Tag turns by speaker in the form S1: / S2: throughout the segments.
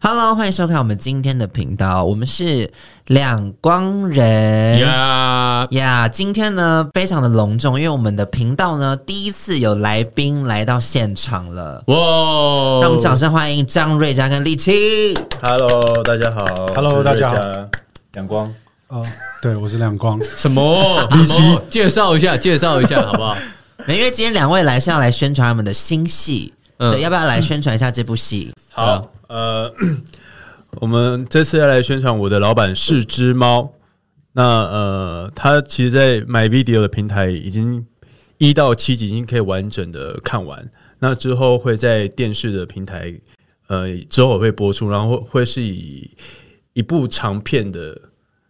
S1: Hello，欢迎收看我们今天的频道，我们是两光人
S2: 哎
S1: 呀。
S2: 呀，
S1: 今天呢非常的隆重，因为我们的频道呢第一次有来宾来到现场了，
S2: 哇！
S3: 哦
S1: 让我们掌声欢迎张瑞佳跟丽青。
S3: Hello，大家好。
S4: Hello，
S3: 我是瑞
S4: 大家好
S3: 佳。阳光，
S4: 哦，对，我是亮光。
S2: 什么？ 什么？介绍一下，介绍一下，好不好？
S1: 没因为今天两位来是要来宣传他们的新戏，
S2: 嗯
S1: 对，要不要来宣传一下这部戏？
S3: 好，呃， 我们这次要来宣传我的老板是只猫。那呃，他其实，在 My Video 的平台已经一到七集已经可以完整的看完。那之后会在电视的平台，呃，之后会播出，然后会是以一部长片的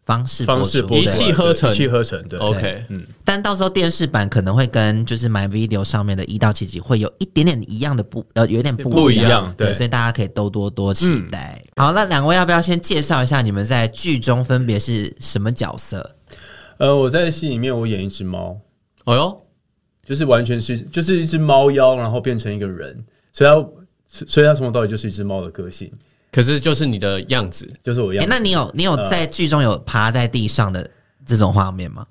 S1: 方式
S3: 方式播
S1: 播
S3: 出
S1: 出
S3: 来，
S1: 对
S2: 一气呵成
S3: 对一气呵成，对
S2: OK
S3: 嗯，
S1: 但到时候电视版可能会跟就是 My Video 上面的一到七集会有一点点一样的不呃，有点不
S3: 不
S1: 一
S3: 一
S1: 样，
S3: 样对嗯
S1: 所以大家可以都多多期待。好，那两位要不要先介绍一下你们在剧中分别是什么角色？
S3: 呃，我在戏里面我演一只猫。
S2: 哎呦，
S3: 就是完全是就是一只猫妖，然后变成一个人，所以它所以它从头到尾就是一只猫的个性，
S2: 可是就是你的样子，
S3: 就是我一
S1: 哎、
S3: 样。
S1: 那你有你有
S3: 呃
S1: 在剧中有爬在地上的这种画面
S3: 嗯
S1: 吗？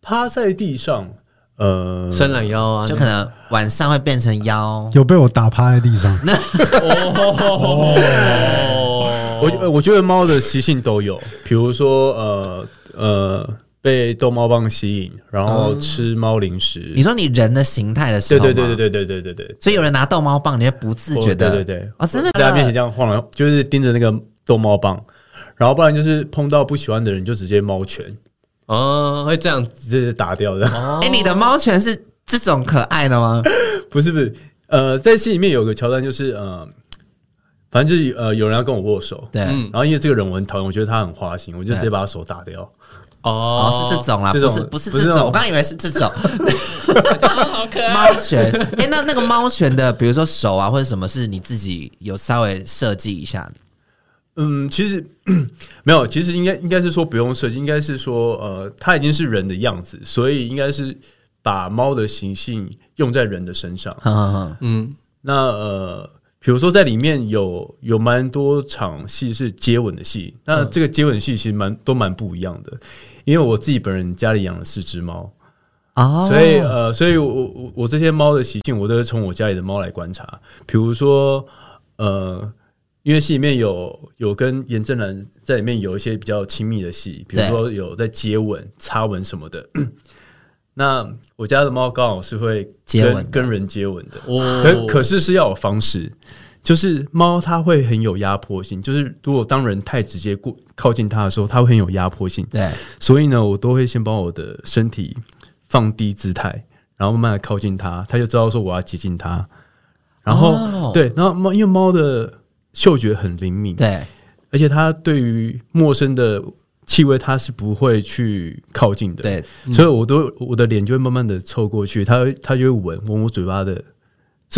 S3: 趴在地上，呃，
S2: 伸懒腰啊，
S1: 嗯就可能晚上会变成妖，
S4: 有被我打趴在地上，
S3: 我呃我觉得猫的习性 都有，比如说呃呃被逗猫棒吸引，然后吃猫零食。
S1: 哦你说你人的形态的时
S3: 对
S1: 候，
S3: 对对。对对对对对对，
S1: 所以有人拿逗猫棒，你会不自觉的，
S3: 我对对对，
S1: 哦，真的
S3: 在他面前这样晃来，就是盯着那个逗猫棒，然后不然就是碰到不喜欢的人就直接猫拳，
S2: 啊，会这样
S3: 直接打掉的。
S1: 哎、你的猫犬是这种可爱的 吗？
S3: 不是不是，呃，在戏里面有个桥段，就是呃，反正就是呃，有人要跟我握手，
S1: 对，
S2: 嗯
S3: 然后因为这个人我很讨厌，我觉得他很花心，我就直接把他手打掉。
S1: 哦，
S2: 哦，
S1: 是这种啦，
S3: 这
S1: 不
S3: 种
S1: 是不是
S3: 不是
S1: 这
S3: 那
S1: 种，
S3: 种
S1: 我刚以为是这种
S2: 啊，好可爱，
S1: 猫拳。 哎，那那个猫拳的，比如说手啊或者什么，是你自己有稍微设计一下的
S3: 嗯，其实 没有，其实应该应该是说不用设计，应该是说呃，他已经是人的样子，所以应该是把猫的习性用在人的身上。
S1: 哼哼哼。
S2: 嗯，
S3: 那呃，比如说在里面有有蛮多场戏是接吻的戏，那这个接吻戏其实蛮都蛮不一样的，因为我自己本人家里养了四只猫。
S1: 哦，
S3: 所以呃，所以我我我我这些猫的习性，我都是从我家里的猫来观察。比如说呃，因为戏里面有有跟严正南在里面有一些比较亲密的戏，比如
S1: 对
S3: 说有在接吻、擦吻什么的。 那我家的猫刚好是会
S1: 接吻
S3: 跟
S1: 的
S3: 跟人接吻的，
S2: 哦
S3: 可可是是要有方式。就是猫，它会很有压迫性。就是如果当人太直接过靠近它的时候，它会很有压迫性。
S1: 对，
S3: 所以呢，我都会先把我的身体放低姿态，然后慢慢的靠近它，它就知道说我要接近它。然后、
S1: 哦
S3: 对，然后猫因为猫的嗅觉很灵敏，
S1: 对，
S3: 而且它对于陌生的气味它是不会去靠近的，
S1: 对，嗯
S3: 所以我都我的脸就会慢慢的凑过去，它会它就会闻闻我嘴巴的。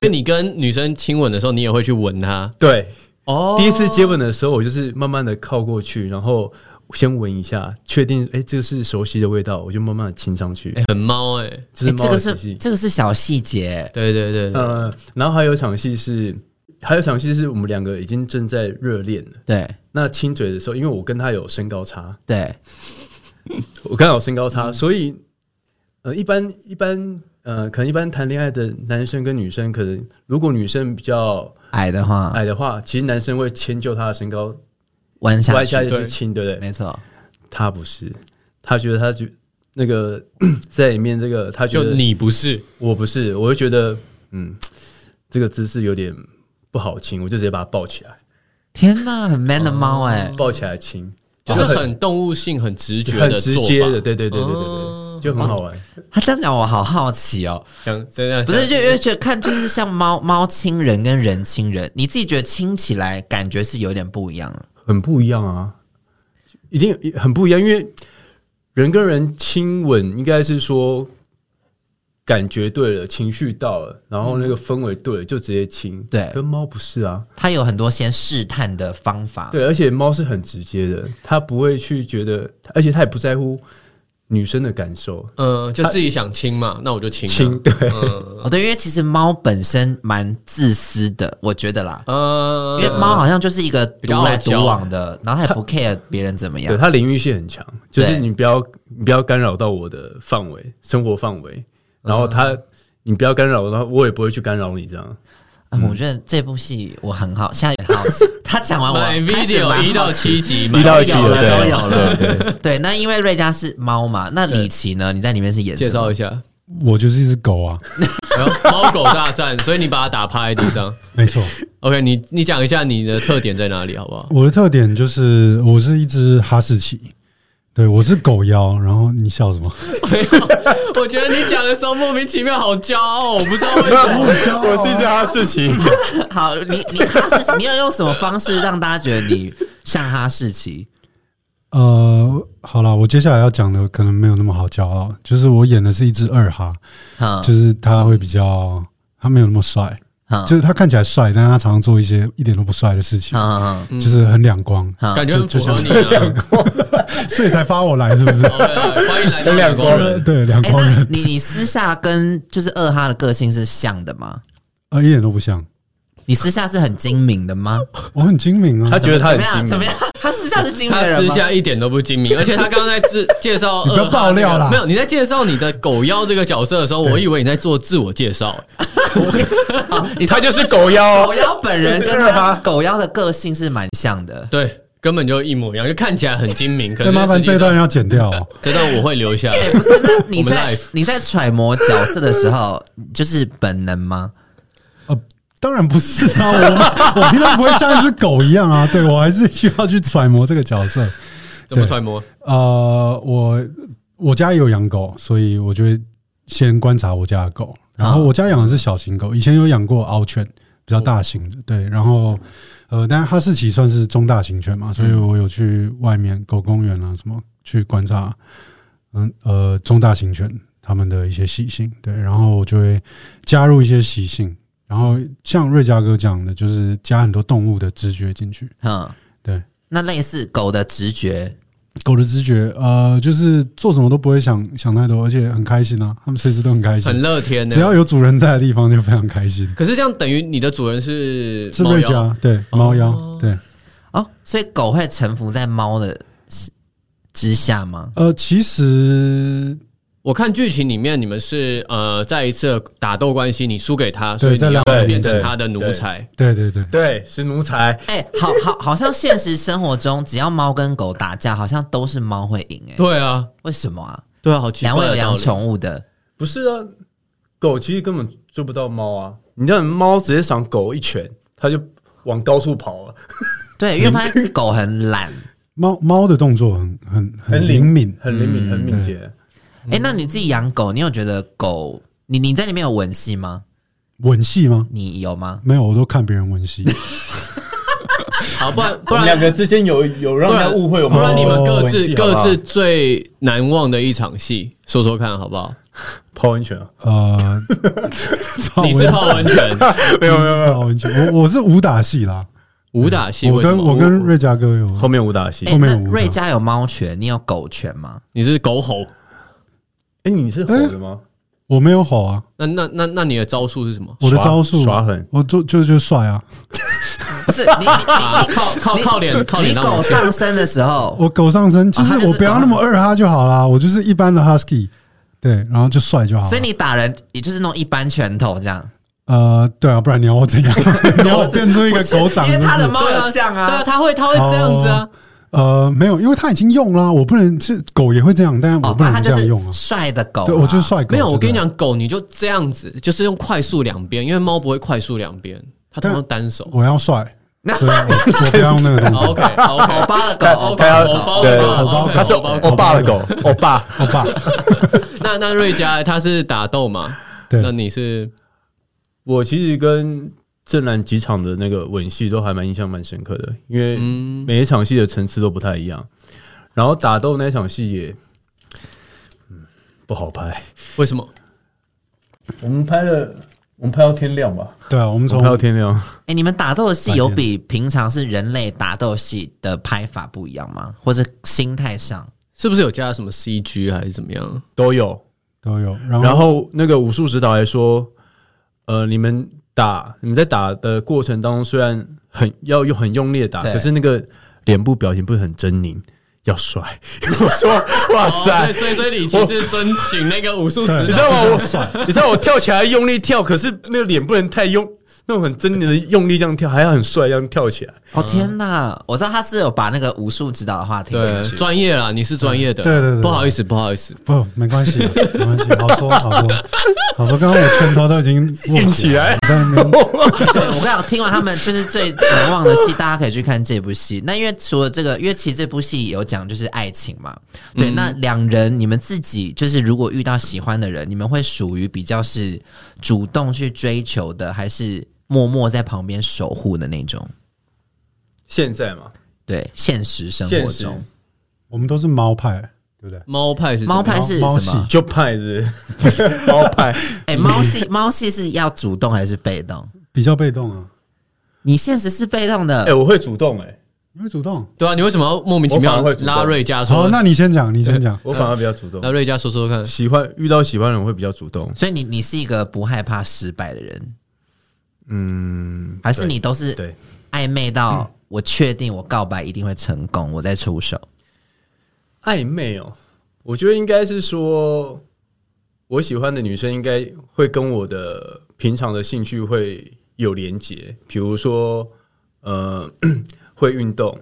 S2: 所以你跟女生亲吻的时候，你也会去吻她
S3: 对，
S2: 哦
S3: 第一次接吻的时候，我就是慢慢的靠过去，然后先闻一下，确定哎这个是熟悉的味道，我就慢慢的亲上去。
S2: 哎很猫哎，
S3: 这是
S1: 诶这
S3: 猫
S1: 个
S3: 的习
S1: 是
S3: 性。
S1: 这个是小细节，
S2: 对对对
S1: 嗯
S2: 对，
S3: 呃，然后还有一场戏是，还有一场戏是我们两个已经正在热恋了。
S1: 对
S3: 那亲嘴的时候，因为我跟他有身高差，
S1: 对，
S3: 我刚好有身高差，所以呃，一般一般呃，可能一般谈恋爱的男生跟女生，可能如果女生比较
S1: 矮的话
S3: 矮的话，其实男生会迁就她的身高，
S1: 弯下
S3: 弯
S1: 去
S3: 下，去
S2: 对
S3: 去亲，对不对？
S1: 没错，
S3: 他不是，他觉得他觉那个 在里面这个，他觉
S2: 就
S3: 得
S2: 你不是
S3: 我不是，我就觉得嗯，这个姿势有点不好亲，我就直接把他抱起来。
S1: 天哪，很 man 的
S3: 哦
S1: 猫哎，
S3: 抱起来亲，
S2: 就是很动物性、很直觉
S3: 很
S2: 的
S3: 直
S2: 做法
S3: 接的，对对对对对
S2: 哦
S3: 对，就很好玩。
S1: 他这样讲我好好奇 哦，
S2: 想这样
S1: 不是，就就觉得看，就是像猫猫亲人跟人亲人，你自己觉得亲起来感觉是有点不一样了。
S3: 很不一样啊，一定很不一样，因为人跟人亲吻应该是说感觉对了，情绪到了，然后那个氛围对了，就直接亲。
S1: 对
S3: 跟猫不是啊，
S1: 它有很多先试探的方法，
S3: 对，而且猫是很直接的，它不会去觉得，而且它也不在乎女生的感受，
S2: 嗯、就自己想亲嘛，那我就亲啊
S3: 亲对，
S2: 嗯
S1: 哦，对，因为其实猫本身蛮自私的，我觉得啦，
S2: 呃
S1: 因为猫好像就是一个
S2: 较
S1: 独来
S2: 傲
S1: 独
S2: 娇
S1: 往的，然后它也 不 care 别人怎么样
S3: 对，。它领域性很强，就是
S1: 对
S3: 你不要你不要干扰到我的范围，生活范围，
S2: 嗯
S3: 然后它你不要干扰，然后我也不会去干扰你这样。
S1: 啊，我觉得这部戏我很好，现在也很好 奇。他讲完我
S2: 买
S1: 开始
S2: video
S1: 蛮
S2: 一
S1: 好
S2: 到
S1: 奇
S2: 七集，
S3: 一到
S2: 买
S3: 七
S1: 有
S3: 了
S1: 了都
S3: 对
S1: 有了，对那因为瑞佳是猫嘛，那李琦呢？你在里面是演什么
S2: 介绍一下，
S4: 我就是一只狗啊，
S2: 然后猫狗大战，所以你把它打趴在地上。
S4: 没错。
S2: OK，你你讲一下你的特点在哪里，好不好？
S4: 我的特点就是我是一只哈士奇，对我是狗妖。然后你笑什么？
S2: 没有， 我觉得你讲的时候莫名其妙好骄傲，我不知道为什么。
S3: 我是一只哈士奇，
S1: 好，你你哈士奇，你要用什么方式让大家觉得你像哈士奇？
S4: 呃，好啦，我接下来要讲的可能没有那么好骄傲，就是我演的是一只二哈，
S1: 嗯，
S4: 就是他会比较，他没有那么帅，
S1: 嗯
S4: 就是他看起来帅，但是他常常做一些一点都不帅的事情，
S1: 嗯嗯
S4: 就是很两光，
S1: 嗯
S2: 感觉很符合你啊！
S4: 所以才发我来，是 不是？
S2: 好来欢迎 来到两光人，
S4: 对，两
S1: 哎，
S4: 光
S1: 那
S4: 人，
S1: 你你私下跟就是二哈的个性是像的吗？
S4: 啊，一点都不像。
S1: 你私下是很精明的 吗？
S4: 我很精明啊
S3: 他，觉得他
S1: 怎
S3: 很
S1: 么样？
S3: 精
S1: 怎么
S3: 明，
S1: 样？他私下是精明
S2: 他
S1: 的人
S2: 私
S1: 吗？
S2: 下一点都不精 明，而且他刚刚在自介绍二
S4: 你
S2: 哈
S4: 不要
S2: 这个，
S4: 爆料啦
S2: 没有，你在介绍你的狗妖这个角色的时候，我以为你在做自我介绍，
S3: 他就是狗妖
S1: 狗
S3: 哦，
S1: 妖本人 跟
S3: 二
S1: 他
S2: 啊
S3: 哈
S1: 狗妖的个性是蛮像的。
S2: 对，根本就一模一样，就看起来很精明，可
S4: 那
S2: 是
S4: 麻烦
S2: 实际
S4: 这
S2: 上
S4: 段要剪 掉哦。
S2: 这段我会留 下来。
S1: 哎，不是，那你
S2: 我们
S1: 在
S2: live
S1: 你在揣摩角色的时候，就是本能吗？
S4: 呃，当然不是啊，我我平常不会像一只狗一样啊，对我还是需要去揣摩这个角色。
S2: 怎么揣摩？
S4: 呃，我我家也有养狗，所以我就会先观察我家的狗。然后我家养的是小型狗，以前有养过獒犬，比较大型的，对。然后呃，但哈士奇算是中大型犬嘛，所以我有去外面狗公园啊什么去观察，嗯呃中大型犬它们的一些习性，对。然后我就会加入一些习性，然后像瑞嘉哥讲的，就是加很多动物的直觉进去，
S1: 嗯，
S4: 对。
S1: 那类似狗的直觉，
S4: 狗的直觉，呃，就是做什么都不会想想太多，而且很开心啊，他们随时都很开
S2: 很
S4: 心，
S2: 乐天的
S4: 只。要有主人在的地方就非常开心。
S2: 可是这样等于你的主人是
S4: 是
S2: 猫
S4: 瑞
S2: 妖
S4: 佳，对猫妖，对，
S1: 哦，所以狗会臣服在猫的之下吗？
S4: 呃，其实
S2: 我看剧情里面，你们是呃，在一次打斗关系，你输给他，所
S4: 对
S2: 以你
S4: 在
S2: 要
S4: 两
S2: 变成他的奴才。
S4: 对对对，
S3: 对，是奴才，
S1: 哎、好好，好像现实生活中，只要猫跟狗打架，好像都是猫会赢、哎，
S2: 对啊，
S1: 为什么啊？
S2: 对啊，好奇
S1: 两位
S2: 怪
S1: 有
S2: 的道
S1: 养
S2: 理。
S1: 宠物的，
S3: 不是啊，狗其实根本追不到猫啊，你让猫直接赏狗一拳，它就往高处跑啊了，
S1: 对，因为发现狗很懒。
S4: 猫猫的动作很很很灵敏，
S3: 很灵敏，很嗯敏捷。
S1: 哎、
S2: 嗯
S1: 那你自己养狗，你有觉得狗？你你在里面有吻戏吗？
S4: 吻戏吗？
S1: 你有吗？
S4: 没有，我都看别人吻戏。
S2: 好，不 然不
S3: 我们两
S2: 然
S3: 个之间有有让
S2: 不然
S3: 人误会，我
S2: 不
S3: 们
S2: 然你们各自
S3: 哦
S2: 各
S3: 好不
S2: 自
S3: 好
S2: 最难忘的一场戏，说说看好不好？
S3: 泡温泉啊，
S4: 呃，
S2: 你是泡温泉，
S3: 没有没有没有，
S4: 泡温泉，我我是武打戏啦，
S2: 武打戏
S4: 我
S2: 为什
S4: 跟
S2: 么？
S4: 我跟瑞佳哥有，
S3: 后面武打戏
S1: 哎、。
S4: 后面
S1: 那
S4: 有
S1: 瑞家有猫权，你有狗权吗？
S2: 你是狗吼，
S3: 哎，你是猴的吗？
S4: 我没有吼啊，
S2: 那那那那你的招数是什 么？
S4: 我的
S3: 耍
S4: 招数
S3: 耍狠，
S4: 我就就就帅啊，
S1: 不是 你你
S2: 啊，靠靠靠脸靠
S1: 你
S2: 脸
S1: 你
S2: 当
S1: 狗
S2: 武器
S1: 上身的时 候，
S4: 我狗上身，就
S1: 啊他就是是
S4: 我不要那么二哈就好啦，我就是一般的 husky，对，然后就帅就好了。
S1: 所以你打人也就是弄一般拳头这样。
S4: 呃，对啊，不然你要我怎 样？你 要我变出一个狗掌？
S1: 因为他的
S4: 是不是
S1: 猫有这样
S2: 对啊，
S1: 啊，
S2: 他会他会这样子啊。
S4: 呃没有，因为它已经用啦，我不能是狗也会这样，但是我
S1: 哦，
S4: 不
S1: 那他
S4: 能这
S1: 就
S4: 样
S1: 是
S4: 用啊。
S1: 帅的狗啊，
S4: 对，我就是帅狗。
S2: 没有，我跟
S4: 对
S2: 你
S4: 不对，
S2: 讲，狗你就这样子，就是用快速两边，因为猫不会快速两边，它通常单手。哦
S4: 我要帅，所以我我不要用那个 东西。
S2: OK，
S1: 欧
S2: 好，
S1: 巴的狗，
S3: 他
S1: 欧
S3: 他
S1: 巴
S3: 要
S1: 的
S2: 欧
S1: 狗
S2: 巴，
S3: 对
S2: 欧巴
S4: 欧巴
S2: 欧巴
S3: 他是
S2: 欧巴
S3: 欧巴的狗， 欧巴。
S4: 欧巴，
S2: 那那瑞佳他是打斗嘛？那
S4: 对，
S2: 你是
S3: 我其实跟正南几场的那个吻戏都还蛮印象蛮深刻的，因为
S2: 嗯，
S3: 每一场戏的层次都不太一样。然后打斗那场戏也，嗯，不好拍。
S2: 为什么？
S3: 我们拍了，我们拍到天亮吧，
S4: 对啊，我们
S3: 我
S4: 从
S3: 们拍到天亮。
S1: 哎，你们打斗戏有比平常是人类打斗戏的拍法不一样吗？或者心态上？
S2: 是不是有加什么 CG 还是怎么样？
S3: 都有。
S4: 都有。然后，
S3: 然后那个武术指导来说，呃，你们打你们在打的过程当中，虽然很要用很用力的打，
S1: 对
S3: 可是那个脸部表情不是很狰狞，要帅。 我说，哇
S2: 所以，
S3: 塞
S2: 哦
S1: 哦
S2: 所以所以你其实遵循那个武术指
S3: 你知
S2: 导，
S3: 道吗？我 你知道我跳起来用力跳，可是那个脸不能太用。那种很狰狞的用力这样跳，还要很帅这样跳起来。
S1: 哦天哪！我知道他是有把那个武术指导的话听进
S2: 对
S1: 去，
S2: 专业啦，你是专业的，
S4: 对对对对
S2: 不好意思，不好意思，
S4: 不，没关系，没关系，好说好 说好说。刚刚我拳头都已经握
S3: 硬起来
S4: 了，在那边
S1: 对，我跟你讲，听完他们就是最难忘的戏，大家可以去看这部戏。那因为除了这个，因为其实这部戏有讲就是爱情嘛，对。那两人你们自己就是如果遇到喜欢的人，你们会属于比较是主动去追求的，还是默默在旁边守护的那种？
S3: 现在嘛，
S1: 对，现实生
S3: 现
S1: 活
S3: 实
S1: 中，
S4: 我们都是猫派，对不对？
S2: 猫派是
S1: 猫派是
S4: 猫
S1: 什
S4: 系
S1: 么？
S3: 就派是不是 包派，
S1: 哎，猫系 猫系是要主动还是被动？
S4: 比较被动啊，
S1: 你现实是被动
S3: 哎、
S1: 的，
S3: 我会主动哎、
S4: 因为主动。
S2: 对啊，你为什么要莫名其
S3: 我
S2: 妙
S3: 反而会主动
S2: 拉瑞佳
S4: 好
S2: 说，？
S4: 那你先讲，你先讲。
S3: 我反而比较主动
S1: 嗯
S2: 拉。瑞佳说说看，
S3: 喜欢遇到喜欢的人会比较主动，
S1: 所以你你是一个不害怕失败的人，
S3: 嗯，
S1: 还是
S3: 对
S1: 你都是
S3: 对
S1: 暧昧到我确定我告白一定会成功，我再出手。
S3: 暧昧哦？我觉得应该是说，我喜欢的女生应该会跟我的平常的兴趣会有连结，比如说，呃， 会运动，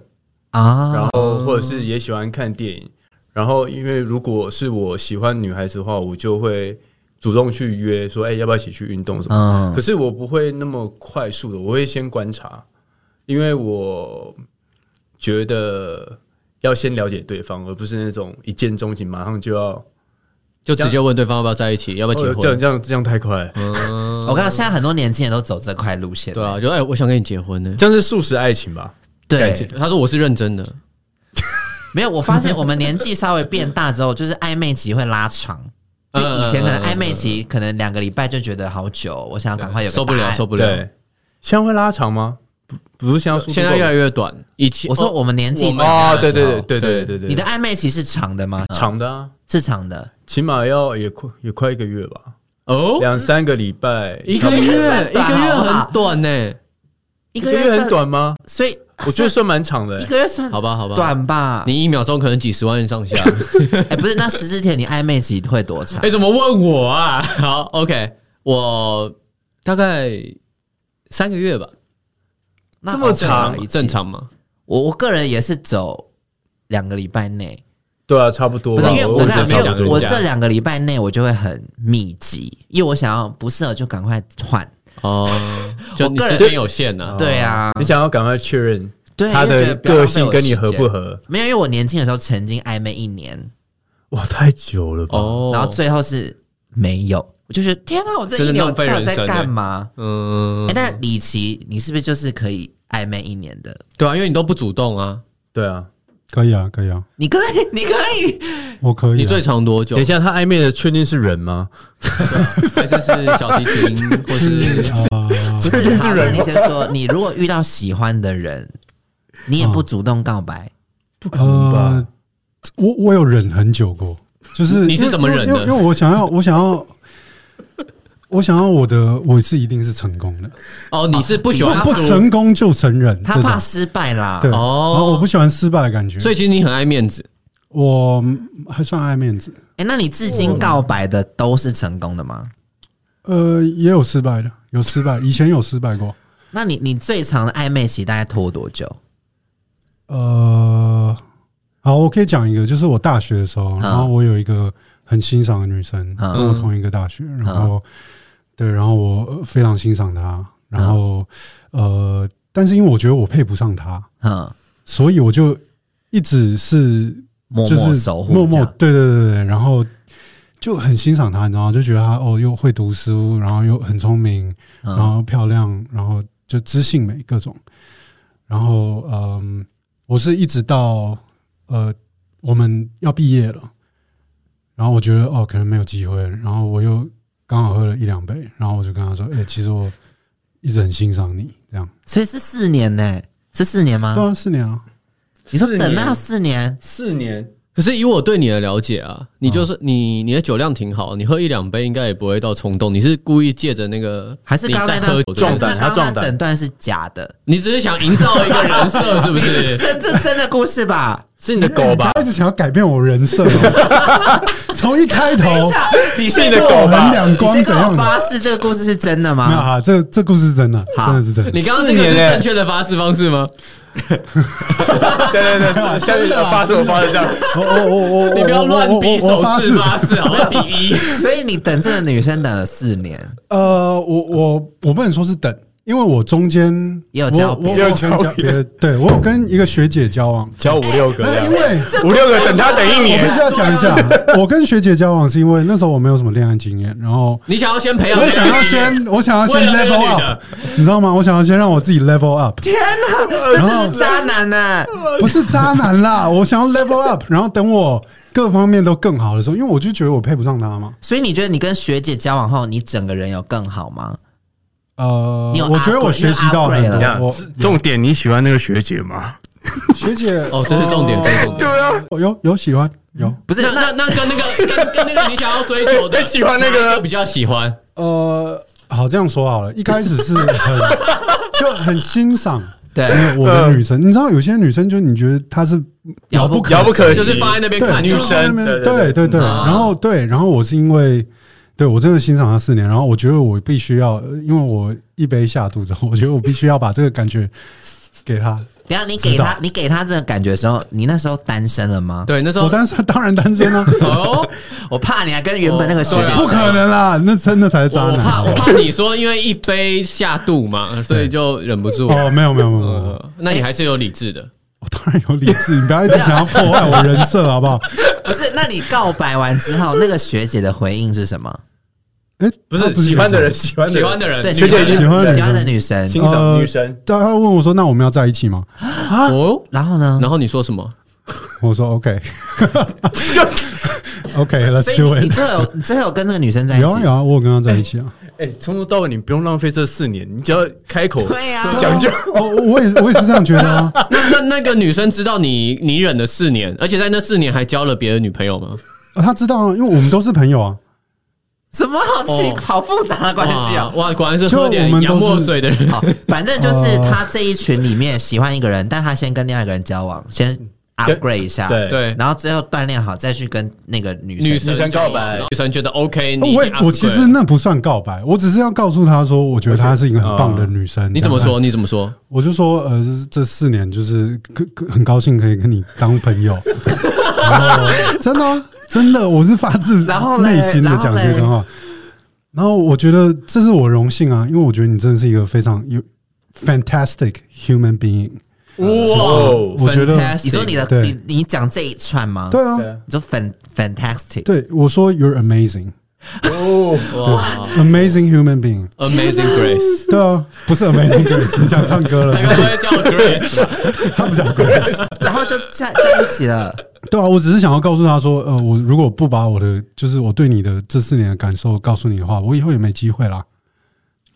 S3: 然
S1: 啊，
S3: 后或者是也喜欢看电影。然后，因为如果是我喜欢女孩子的话，我就会主动去约说，哎、要不要一起去运动什么？
S1: 嗯
S3: 可，是我不会那么快速的，我会先观察，因为我觉得要先了解对方，而不是那种一见钟情，马上就要
S2: 就直接问对方要不要在一起，要不要结
S3: 哦这样
S2: 婚？
S3: 这样这样太快了，
S2: 嗯，
S1: 我看到现在很多年轻人都走这块路线，
S2: 对啊，就哎，我想跟你结婚呢。
S3: 这样是素食爱情吧？感
S1: 对
S3: 情，
S2: 他说我是认真的，
S1: 没有，我发现我们年纪稍微变大之后，就是暧昧期会拉 长。因
S3: 嗯
S1: 为以前可能暧昧期可能两个礼拜就觉得好久，我想要赶快有个
S2: 受不
S1: 答
S2: 了，
S1: 案
S2: 受不了。
S3: 对，现在会拉长吗？不，不是现在速度
S2: 现在越来
S3: 越
S2: 越短，以前
S1: 我说我们年纪
S2: 我们
S3: 哦，对对
S2: 那时候
S3: 对对对对对，
S1: 你的暧昧期是长的吗？
S3: 长的啊，
S1: 是长的，
S3: 起码要也快也快一个月吧，
S2: 哦，
S3: 两三个礼拜，
S2: 一个月，一
S1: 短
S2: 个月
S1: 好不好
S2: 很短呢，
S1: 一
S3: 一个月很，短吗？
S1: 所以
S3: 我觉得算蛮长 的
S1: 一
S3: 欸，
S1: 个月算
S2: 好吧，好吧，
S1: 短吧？
S2: 你一秒钟可能几十万 上下。
S1: 哎，不是，那十之前你暧昧期会多长
S2: 哎、？怎么问我啊？好，OK，我大概三个月吧，
S1: 那
S3: 这么
S1: 正常
S3: 长
S1: 一次
S2: 正常嘛？
S1: 我我个人也是走两个礼拜内，
S3: 对啊，差不多
S1: 不
S3: 吧。
S1: 是因为我
S3: 觉
S1: 刚
S3: 得
S1: 没
S3: 差不
S1: 有，
S3: 多
S1: 我这两个礼拜内我就会很密集，因为我想要不适合就赶快换。
S2: 哦、就你
S1: 我个
S2: 时
S1: 人
S2: 间有限呐、
S1: 对啊，
S3: 你想要赶快确认
S1: 对，
S3: 他
S1: 因为觉
S3: 的
S1: 得不要浪
S3: 个
S1: 费
S3: 性
S1: 我
S3: 跟你
S1: 时
S3: 合
S1: 间
S3: 不？合？
S1: 没有，因为我年轻的时候曾经暧昧一年，
S3: 哇，太久了吧！
S2: 哦，
S1: 然后最后是没有，我就觉得天啊，我这
S2: 真
S1: 一
S2: 的
S1: 年我
S2: 浪费
S1: 到底
S2: 人
S1: 在
S2: 生欸
S1: 干嘛？
S2: 嗯
S1: 哎，，但李琦，你是不是就是可以暧昧一年的？
S2: 对啊，因为你都不主动啊，
S3: 对啊，
S4: 可以啊，可以啊，
S1: 你可以，你可以，
S4: 我可以啊。
S2: 你最长多久
S3: 等一？下，他暧昧的确定是人吗？
S2: 还是是小提琴，或是
S4: 啊，
S1: 不 是？好，那你先说，你如果遇到喜欢的人，你也不主动告白，
S3: 不可能
S4: 呃
S3: 吧？，
S4: 我我有忍很久过，就是
S2: 啊你是怎么忍的
S4: 因为因为因为我想要，我想要，我想要我的我是一定是成功的，
S2: 哦，你是不喜欢
S4: 啊不不
S2: 输，
S4: 成功就承认
S1: 他
S4: 这种
S1: 怕。失败啦。
S4: 对，然
S2: 哦
S4: 后我不喜欢失败的感觉，
S2: 所以其实你很爱面子。
S4: 我嗯还算爱面子。
S1: 哎、那你至今告白的都是成功的吗？
S4: 呃，也有失败的，有失败，以前有失败过。
S1: 那你你最长的暧昧期大概拖多久？
S4: 呃，好，我可以讲一个，就是我大学的时候，
S1: 嗯
S4: 然后我有一个很欣赏的女生，
S1: 嗯
S4: 跟我同一个大学，然后
S1: 啊
S4: 对，然后我呃非常欣赏她，然后
S1: 啊
S4: 呃，但是因为我觉得我配不上她，
S1: 嗯，
S4: 所以我就一直是
S1: 默
S4: 就
S1: 默
S4: 是
S1: 守护，
S4: 默默，对对对对，然后就很欣赏她，你知道吗？就觉得她哦，又会读书，然后又很聪明，然
S1: 嗯
S4: 后漂亮，然后就知性美各种。然后嗯，我是一直到呃我们要毕业了，然后我觉得哦可能没有机会，然后我又刚好喝了一两杯，然后我就跟他说，哎、其实我一直很欣赏你，这样，
S1: 所以是四年呢、是四年吗？
S4: 嗯对啊，四年啊，
S1: 你说
S3: 四
S1: 等
S3: 年
S1: 那四年，
S3: 四年，
S2: 可是以我对你的了解啊，你就是、你你的酒量挺好，你喝一两杯应该也不会到冲动，你是故意借着那个
S1: 还是
S2: 你
S1: 刚
S2: 在
S1: 才
S2: 喝
S1: 那
S2: 酒
S3: 壮
S2: 的时候
S3: 胆
S1: 还是刚刚
S3: 他壮
S1: 那
S3: 胆
S1: 诊断是假的，
S2: 你只是想营造一个人设，是不是？
S1: 这这真的故事吧？
S3: 是你的狗吧
S4: 他？一直想要改变我人设哦， 从一开
S1: 等
S4: 头
S1: 一下，
S3: 你是
S4: 说
S3: 你的狗
S4: 我很
S3: 吧？
S4: 两
S1: 你
S4: 哦光
S1: 先
S4: 怎
S1: 跟我
S4: 样的？
S1: 发誓这个故事是真的
S4: 没有
S1: 吗？
S4: 哈，这这故事是真的，
S1: 好
S4: 真的是真的。
S2: 你刚刚这个是正确的发誓方式吗？
S3: 对对对，下面呃发誓我发誓这样，
S4: 我我我我我，
S2: 你不要乱比
S4: 我我
S2: 手
S4: 我发
S2: 势
S4: 誓。
S2: 发誓，好不好？比一。
S1: 所以你等这个女生等了四年，
S4: 呃，我我我不能说是等，因为我中间
S1: 也有交
S4: 我我
S1: 别
S4: 我
S1: 人
S4: 有跟交别的，对我有跟一个学姐交往，
S3: 交五六个
S2: 啊
S4: 那
S3: 这
S4: 因
S3: 样，
S4: 为
S3: 五六个等他等一
S4: 我必
S3: 年
S4: 须，要讲一下，
S1: 啊
S4: 我跟学姐交往是因为那时候我没有什么恋爱经验，然后
S2: 你想要先培养，
S1: 啊
S4: 我想要先，我想要
S2: 为
S4: 先
S2: 了那个
S4: level
S2: 女
S4: up，
S2: 的
S4: 你知道吗？我想要先让我自己 level up，
S1: 天啊哪，这就是渣男呢、
S4: 不是渣男啦，我想要 level up，然后等我各方面都更好的时候，因为我就觉得我配不上他嘛。
S1: 所以你觉得你跟学姐交往后，你整个人有更好吗？
S4: 呃
S1: 你有，
S4: 我觉得
S1: upgrade-
S4: 我学习到很
S1: 你有
S3: 你看
S4: 多。我
S3: 重点你喜欢那个学姐吗？
S4: 学姐
S2: 哦，这是重点，这是重点。
S4: 哦有有喜欢有
S1: 不是，
S2: 那那那跟那个跟跟那个你想要追求的，
S3: 哎喜欢 那个
S2: 哪一比较喜欢。
S4: 呃，好这样说好了，一开始是很就很欣赏。
S1: 对
S4: 我的女生，你知道有些女生，就你觉得她是遥不
S3: 遥不可及
S2: 就是放在那边
S4: 对
S2: 看
S3: 女
S4: 就
S2: 就
S4: 放
S2: 是
S4: 在那
S3: 生
S4: 边
S3: 对对
S4: 对对对，
S2: 啊
S4: 然后对，然后我是因为对我真的欣赏她四年，然后我觉得我必须要，呃因为我一杯下肚之后，我觉得我必须要把这个感觉给她。
S1: 等一下你给他你给他这个感觉的时候，你那时候单身了吗？
S2: 对，那时
S4: 我
S2: 候
S4: 单身，当然单身啊，
S2: 哦，
S1: 我怕你还跟原本那个学姐
S2: 对啊
S4: 不可能啦，那真的才是
S2: 我
S4: 渣
S2: 我
S4: 男。
S2: 怕
S4: 好不
S2: 我
S4: 好
S2: 怕你说因为一杯下肚嘛， 所以就忍不住。
S4: 哦，没有没有没有没有没有，
S2: 呃那你还是有理智的。
S4: 我当然有理智，你不要一直想要破坏我人设，好不好？
S1: 不是，那你告白完之后，那个学姐的回应是什么？
S4: 哎，
S3: 不
S4: 她
S3: 是喜欢的人，喜欢的
S2: 喜欢
S3: 人，
S2: 的人，
S1: 对，
S2: 女
S3: 学姐
S2: 生
S3: 已经
S4: 哎喜欢的
S1: 你
S4: 女
S1: 喜欢的女生。
S4: 生
S3: 欣赏女
S4: 呃
S3: 生，。
S4: 她问我说：“那我们要在一起吗
S2: 哦，
S1: 然后呢？
S2: 然后你说什么？？”
S4: 我说：“OK，OK，Let's、
S1: 所
S4: OK，let's
S1: 以
S4: do
S1: 你
S4: it。”
S1: 最后有你最后有跟那个女生在一起
S4: 有啊有啊，我有跟他在一起啊。
S3: 哎，从头到尾你不用浪费这四年，你只要开口
S1: 对啊
S3: 讲就
S4: 哦，我我也我也是这样觉得啊。
S2: 那那那个女生知道你你忍了四年，而且在那四年还交了别的女朋友 吗？
S4: 啊他知道啊，因为我们都是朋友啊。
S1: 什么好奇、
S2: 哦
S1: 好复杂的关系啊！
S2: 哇，哇果然是喝点
S4: 就我们都
S2: 洋
S4: 是
S2: 墨水的人。
S1: 好，反正就是
S4: 哦
S1: 他这一群里面喜欢一个人，但他先跟另外一个人交往，先 upgrade 一下，
S3: 对
S2: 对，
S1: 然后最后锻炼好再去跟那个女生。
S2: 女生
S3: 女生告白
S2: 女生觉得 OK，你已经啊
S4: 我也
S2: upgrade
S4: 我其实
S2: 了
S4: 那不算告白，我只是要告诉他说，我觉得她是一个很棒的女生。
S2: 你怎么
S4: 这样？
S2: 说？你怎么说？
S4: 我就说，呃，这这四年就是可可很高兴可以跟你当朋友。 然后真的啊真的，我是发自
S1: 然后嘞
S4: 内心的讲这
S1: 然
S4: 个话。然后我觉得这是我荣幸啊，因为我觉得你真的是一个非常有 fantastic human being。
S2: 哇
S4: 我觉得
S2: fantastic
S1: 你说你的
S4: 对
S1: 你你讲这一串吗？
S4: 对啊，
S1: 你说 fan fantastic，
S4: 对我说 you're amazing。
S3: 哦，
S2: 哇
S4: Amazing human being，
S2: ，Amazing Grace，
S4: 对啊，不是 Amazing Grace，你想唱歌了
S2: 他该
S4: 是
S2: 不
S4: 不是？
S2: 会叫我 Grace 吧？
S4: 他不想 Grace，
S1: 然后就在在一起了。
S4: 对啊，我只是想要告诉他说，呃，我如果不把我的就是我对你的这四年的感受告诉你的话，我以后也没机会啦。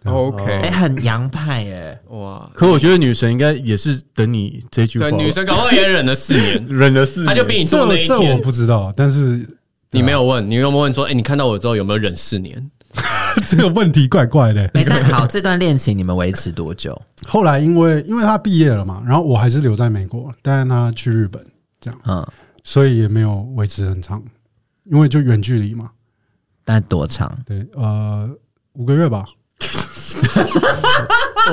S4: 哦
S1: 哎、
S2: OK，
S1: 很洋派哎、
S2: 哇，
S3: 可我觉得女神应该也是等你这句话
S2: 对，
S3: 吧，
S2: 女生搞不好也忍了四 年，
S3: 忍了四年，
S2: 她就比你多那
S4: 这
S2: 一
S4: 这我
S2: 天。
S4: 不知道，但是
S2: 你没有问，你有没有问说，哎，你看到我之后有没有忍四年？
S4: 这个问题怪怪的、
S1: 哎、但好，这段恋情你们维持多久？
S4: 后来因为因为他毕业了嘛，然后我还是留在美国，但是他去日本，
S1: 嗯，
S4: 所以也没有维持很长，因为就远距离嘛。
S1: 但多长？
S4: 对，呃，五个月吧。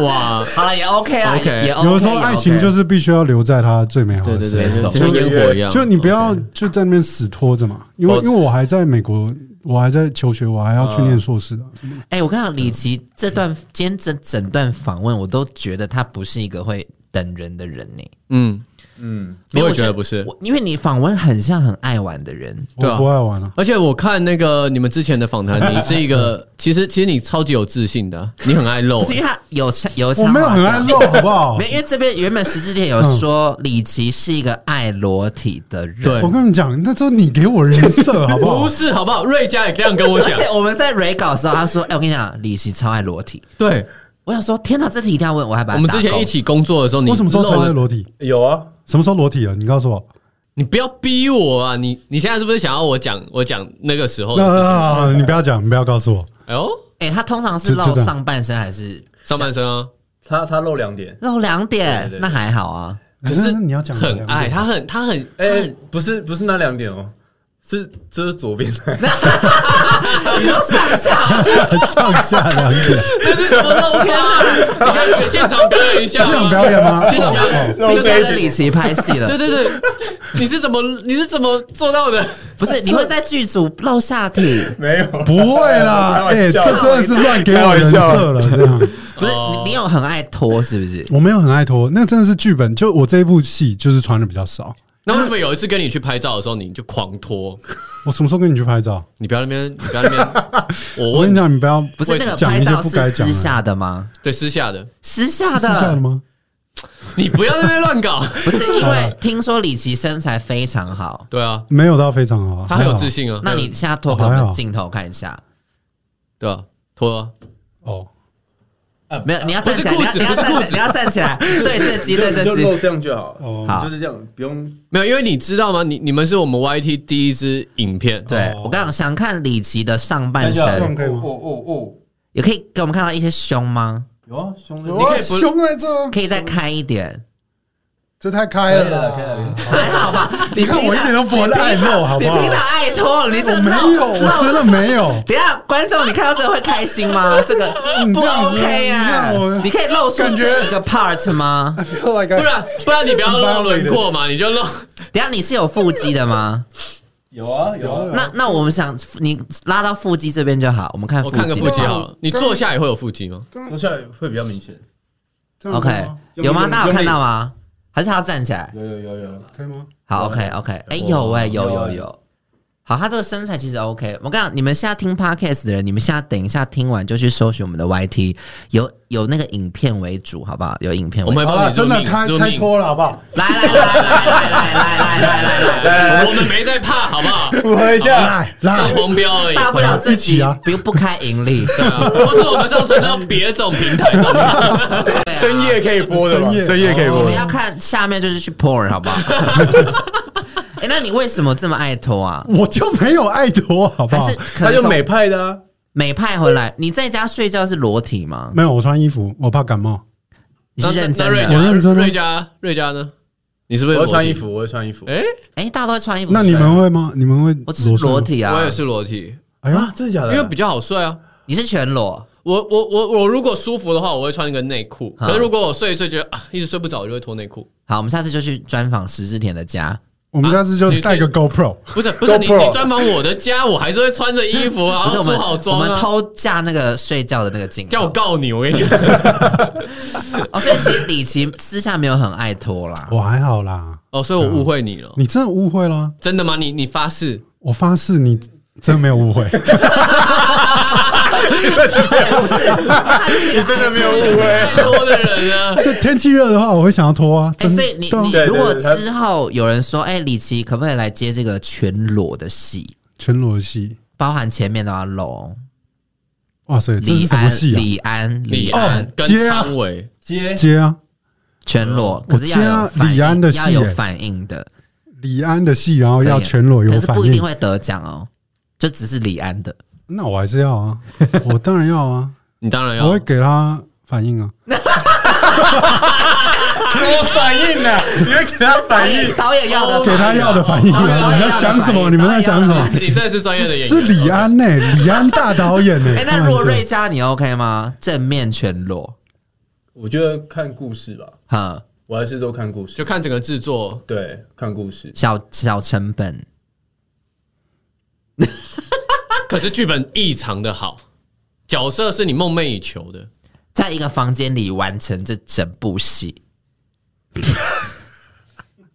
S2: 哇，
S1: 好了，也 OK 啊
S2: 哦 OK
S1: 也 OK。
S4: 有的时候爱情就是是必须要留在它最美好
S2: 对
S4: 的
S2: 对
S4: 时
S2: 对，
S1: 没错
S2: 就像烟火一样，
S4: 就你不要就在那边死拖着嘛，因为
S3: 哦
S4: 因为我还在美国，我还在求学，我还要去念硕士啊。
S1: 哎、我跟你讲，李琦这段今天整整段访问，我都觉得他不是一个会等人的人呢、
S2: 嗯，
S3: 嗯，
S2: 我
S1: 因为
S2: 也觉得不是。
S1: 我因为你访问很像很爱玩的人，
S2: 对啊
S4: 我不爱玩了，
S2: 而且我看那个你们之前的访谈， 你是一个，其实其实你超级有自信的，啊你很爱露
S1: 不，是因为他有腔有
S4: 我
S1: 腔
S4: 没有
S1: 滑
S4: 很爱
S1: 调
S4: 露，好不好
S1: 没？有，因为这边原本十字店有说李琦是一个爱裸体的人，
S2: 对
S4: 我跟你讲，那都你给我人 设，好不好
S2: 不？是好不好？瑞佳也这样跟我
S1: 而
S2: 讲，
S1: 且我们在 re 稿的时候，他说：“哎、我跟你讲，李琦超爱裸体。
S2: 对，”
S1: 我想说，天哪，这题一定要问，我还把
S2: 我
S1: 它
S2: 们
S1: 打
S2: 之前
S1: 勾
S2: 一起工作的时候，你
S4: 我什么时候才
S2: 露啊
S4: 会
S2: 了哦
S4: 裸体？
S3: 有啊，
S4: 什么时候裸体啊？你告诉我，
S2: 你不要逼我啊！你你现在是不是想要我讲我讲那个时候的
S4: 那
S2: 事情？
S4: 那你不要讲，你不要告诉我。
S2: 哎呦，
S1: 哎、他通常是
S4: 就
S1: 露
S4: 就这样
S1: 上半身还是
S2: 上半身啊，
S3: 他他露两点，
S1: 露两点？
S3: 对对对
S1: 那还好啊。
S2: 可
S4: 那
S2: 是
S4: 那你要讲
S2: 很爱他
S4: 他，
S2: 很他很他
S3: 哎、
S2: 很
S3: 不是不是那两点哦，是这是左边的，
S1: 你说上下
S4: 上下两 点，
S2: 这是什么露天啊？你看现场表演一下
S4: 这种
S2: 啊，
S4: 表演吗？
S2: 就想
S4: 哦
S1: 必须要跟李琦拍戏
S2: 对
S1: 了，
S2: 对对，你是怎么你是怎么做到的？
S1: 不是你会在剧组露下体？
S3: 没有，
S4: 不会啦，哎，这真的是乱给我人设了。这样，
S1: 不是
S2: 哦
S1: 你，你有很爱脱是不是？
S4: 我没有很爱拖，那真的是剧本。就我这一部戏，就是穿的比较少。
S2: 那为什么有一次跟你去拍照的时候，你就狂拖？
S4: 我什么时候跟你去拍照？
S2: 你不要那边，你不要那边，我
S4: 我跟
S2: 问，
S4: 你讲，你不要
S1: 不是那个
S4: 讲
S1: 拍
S4: 一些
S1: 照
S4: 不
S1: 是
S4: 该
S1: 私
S4: 讲的。
S1: 下的吗？
S2: 对私下的，
S1: 私下
S4: 是私下的
S1: 的，
S4: 吗？
S2: 你不要那边乱搞。
S1: 不是 因
S4: 啊
S1: 为听说李琦身材非常好，
S2: 对啊，
S4: 没有到非常好啊，
S2: 他很有
S4: 还好
S2: 自信啊。
S1: 那你现在脱给我
S4: 哦还
S1: 们
S4: 好
S1: 镜头看一下。
S2: 对啊，拖啊，
S4: 哦。
S1: 没有，你要站起来，
S2: 不
S1: 你
S2: 是裤
S1: 要你要
S2: 子不是裤
S1: 站
S2: 子
S1: 起来，你要站起来，对这集，对
S3: 就
S1: 这
S3: 露
S1: 集，
S3: 这样就好，
S4: 哦
S1: 好
S3: 就是这样，不用
S2: 没有，因为你知道吗？你你们是我们 YT 第一支影片，
S1: 对
S4: 哦
S1: 我刚刚想看李琦的上半
S4: 这样
S1: 身，
S4: 可以吗
S3: 哦哦哦，
S1: 也可以给我们看到一些胸吗？
S3: 有啊，兄弟，
S4: 哇，
S2: 可以不
S4: 凶在这，
S1: 可以再开一点，
S4: 这太开了
S3: 可以了可以
S4: 啦哦
S3: 了！
S1: 还好吧？
S4: 你看我一点都不爱露，好
S1: 你
S4: 不好
S1: 平？常爱脱，你这
S4: 我
S1: 个
S4: 没
S1: 露
S4: 有，我真
S1: 露
S4: 的没有。
S1: 等一下，观众，你看到这个会开心吗？这个
S4: 你
S1: 不
S4: 这样子
S1: OK 啊
S4: 你看我！
S1: 你可以露出
S4: 感觉
S1: 这一个 part 吗
S4: I？feel like
S2: 不
S4: I
S2: 然不然你不要露轮廓嘛，你就露。
S1: 等一下你是有腹肌的吗？
S3: 有啊有啊，
S1: 那那我们想你拉到腹肌这边就好，我们看
S2: 我看个腹
S1: 腹
S2: 肌
S1: 肌
S2: 好了，你坐下也会有腹肌吗？
S3: 坐下来会比较明显，
S4: 这样可以
S1: OK
S4: 吗
S1: 有吗？
S3: 用力
S1: 大家有看到吗？还是他要站起来？
S3: 有有有有，
S4: 可以吗？
S1: 好，OK OK，哎、有哎、有
S3: 有
S1: 有
S3: 哎
S1: 有。好，他这个身材其实 OK。我跟你讲，你们现在听 podcast 的人，你们现在等一下听完就去搜寻我们的 YT，有有那个影片为主，好不好？有影片为
S2: 我
S1: 主。
S2: 们
S4: 好
S2: 帮
S4: 了，
S2: 你
S4: 真的
S2: zoom in，
S4: 开
S2: zoom in
S4: 开脱了，好不好？
S1: 来来来来来来来来来来来，
S2: 我们没在怕，好不好？
S3: 符合一下，
S4: 来
S2: 上
S4: 来，
S2: 黄标而已。
S1: 大不了自
S4: 一
S1: 己
S4: 起啊
S1: 不用不开盈利，
S2: 对啊，或是我们上传到别种平台上面。
S1: 对啊哦
S5: 深夜可以播的嘛
S4: 深夜
S5: 深夜可以
S1: 你
S5: 播
S1: 们。要看下面就是去 porn 好不好？哎、那你为什么这么爱偷啊？
S4: 我就没有爱脱，好不
S1: 还
S4: 好
S1: 是？可
S3: 他
S1: 能
S3: 就
S1: 从
S3: 美派的啊，
S1: 美派回来，你在家睡觉是裸体吗？
S4: 没有，我穿衣服，我怕感冒。
S1: 你是认真
S2: 那瑞
S1: 的？
S2: 佳，
S4: 我认真啊
S2: 瑞佳，瑞佳呢？你是不
S3: 我
S2: 是
S3: 会
S2: 裸
S3: 穿
S2: 体
S3: 衣？服，我会穿衣服，
S2: 哎，
S1: 哎、大家都会穿衣服睡，
S4: 那你们会吗？你们会
S1: 我只是裸
S4: 吗？
S1: 体啊，呃
S2: 我也是裸体，
S4: 哎呀，
S3: 啊，真的假
S2: 因
S3: 的？
S2: 为比较好睡啊。
S1: 你是全裸，
S2: 我我我我如果舒服的话，我会穿一个内裤。
S1: 啊
S2: 可是如果我睡一睡觉，觉得啊一直睡不着，我就会脱内裤。
S1: 好，我们下次就去专访石之田的家。
S4: 我们下次就带个 GoPro，
S2: 不是不是，你
S5: GoPro
S2: 你专访我的家，我还是会穿着衣服，然
S1: 不是
S2: 后
S1: 我
S2: 啊梳
S1: 们，
S2: 好
S1: 我
S2: 妆
S1: 们
S2: 啊。
S1: 偷架那个睡觉的那个镜
S2: 叫我
S1: 头。
S2: 告你，我跟你 讲，
S1: 哦，所以其实李琦私下没有很爱脱 啦。
S4: 我还好啦。
S2: 哦，所以我误会你
S1: 嗯
S2: 了，
S4: 你真的误会了，
S2: 真的吗？你你发誓？
S4: 我发誓你真的没有 误会。
S1: 不是，他就是一个
S5: 真的没有误会，
S2: 太多的人啊，
S4: 这天气热的话，我会想要脱啊。
S1: 哎、
S4: 真的
S1: 所以你
S4: 对啊
S1: 你
S3: 对
S1: 如
S3: 对
S1: 果
S3: 对他
S1: 之后有人说，哎、李琦可不可以来接这个全裸的戏，
S4: 全裸戏，
S1: 包含前面都要露哦？
S4: 哇塞，这是
S1: 李
S4: 什么
S1: 安，
S4: 戏啊？
S1: 李安，
S2: 李
S1: 李安
S2: 安跟
S4: 接啊
S2: 汤唯，
S3: 接
S4: 接啊，
S1: 全裸，
S4: 我
S1: 可是要
S4: 接啊
S1: 有反应
S4: 李安的戏
S1: 要有
S4: 耶
S1: 反应的，
S4: 李安的戏，然后要
S1: 可以
S4: 全裸有
S1: 可是
S4: 反
S1: 不一
S4: 应
S1: 定，会得奖哦，就只是李安的。
S4: 那我还是 要啊，我当然要啊，
S2: 你当然
S4: 我
S2: 要
S4: 会。给他反应啊。
S5: 怎么反应
S3: 啊
S5: 呢？你会给他反应？
S1: 哎导演要的，
S4: 哦给他要的反应
S1: 导演要的反
S4: 啊！你
S1: 应
S4: 在想什么？你们在想什么？
S2: 你真的是专业的演员，
S4: 是啊李安呢、李安大导演呢、
S1: 哎、
S4: 开
S1: 那
S4: 玩
S1: 如果
S4: 笑
S1: 瑞佳你 OK 吗？正面全裸，
S3: 我觉得看故事吧，
S1: 哈，
S3: 我还是都看故
S2: OK
S3: 事
S2: 就，看整个制作。
S3: 对，看故事，
S1: 小小成本，
S2: 可是剧本异常的好，角色是你梦寐以求的。
S1: 在一个房间里完成这整部戏。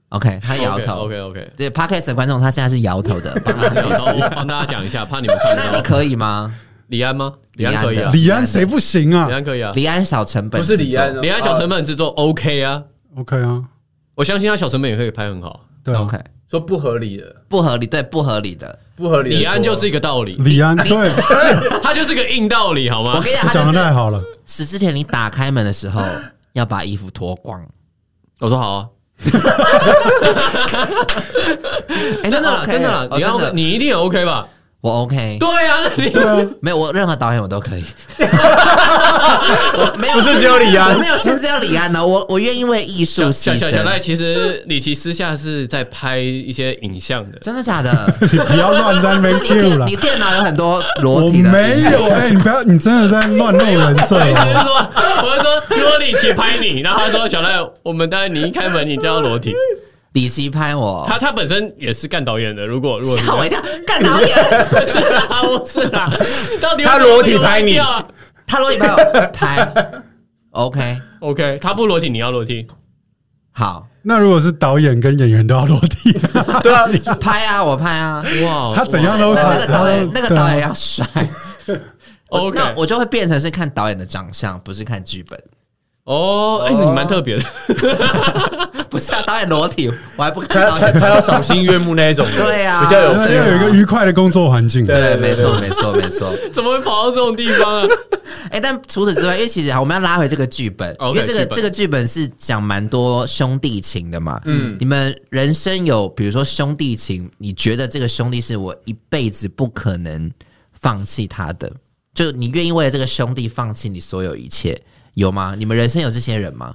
S1: OK，他摇头。
S2: OK OK，
S1: 对 Podcast 的观众，他现在是摇头的， 帮他解释。
S2: 我帮大家讲一下，怕你们看
S1: 那你
S2: 不到。
S1: 可以吗？
S2: 李安吗？李安可以啊，
S4: 李安谁不行
S2: 李
S4: 啊
S2: 安可以啊，
S1: 李安小成本
S3: 不是李安
S1: 制
S3: 哦，
S2: 李安小成本制作 OK 啊，
S4: ？OK 啊，
S2: 我相信他小成本也可以拍很好。
S4: 对
S1: 作
S4: 啊，
S1: ，OK，
S3: 啊说不合理的，
S1: 不合理，对，不合理的。
S3: 不合理的多，
S2: 李安就是一个道理，
S4: 哦李 安对，
S2: 他就是个硬道理，好
S1: 我
S2: 吗
S1: 跟？你讲，
S4: 他
S1: 啊他
S4: 讲的
S1: 就是
S4: 太好了，
S1: 史之前你打开门的时候要把衣服脱光，
S2: 我说好啊，
S1: 哎
S2: 真的
S1: 那
S2: 啦，
S1: OK
S2: 真的啦，
S1: 哦
S2: 你
S1: 真
S2: 要
S1: 的
S2: 你一定也 OK 吧？
S1: 我 OK，
S2: 对啊，那 你
S1: 没有我任何导演我都可以，我没有
S5: 不是只有李安
S1: 我没有限制要李安的，我我愿意为艺术
S2: 小
S1: 牺
S2: 小小小赖，
S1: 牲，
S2: 其实李琦私下是在拍一些影像的。
S1: 真的 假的？
S4: 你不要乱在那边
S1: 所以
S4: Q
S1: 你
S4: 啦
S1: 你！电脑有很多裸
S4: 我
S1: 体的，
S4: 没有哎、你不要，你真的在乱弄人设
S2: 我意思是
S4: 哦！
S2: 说，我是说，如果李琦拍你，然后他说小赖，我们当然你一开门你就要裸体，
S1: 李琦拍我，
S2: 他他本身也是干导演的，如果如果是
S1: 吓我一跳，干导演，
S2: 不是啦，不是啦，到底为什么
S5: 他裸体拍你
S2: 这个乱掉啊
S1: 他裸体拍我拍，OK，
S2: ？OK，他不裸体，你要裸体，
S1: 好
S4: 那如果是导演跟演员都要落地，
S5: 对啊，你
S1: 拍啊，我拍啊，
S2: 哇，
S4: 他怎样都
S1: 那
S4: 可
S1: 个
S4: 以他
S1: 导演
S4: 都
S1: 那个
S4: 对啊
S1: 导演要帅。我
S2: OK
S1: 那我就会变成是看导演的长相，不是看剧本。
S2: 哦，哎，你蛮特别的，
S1: 不是啊，导演裸体，我还不 看
S5: 他
S1: 导
S5: 他
S1: 演。
S5: 他要赏心悦目那一种的，
S1: 对啊
S5: 比较有
S4: 要要有一个愉快的工作环境。
S1: 对，没错，没错，没错。
S2: 怎么会跑到这种地方啊？
S1: 哎、但除此之外，因为其实好我们要拉回这个剧本
S2: OK，
S1: 因为这个
S2: 剧本
S1: 这个剧本是讲蛮多兄弟情的嘛。嗯，你们人生有比如说兄弟情，你觉得这个兄弟是我一辈子不可能放弃他的，就你愿意为了这个兄弟放弃你所有一切，有吗？你们人生有这些人吗？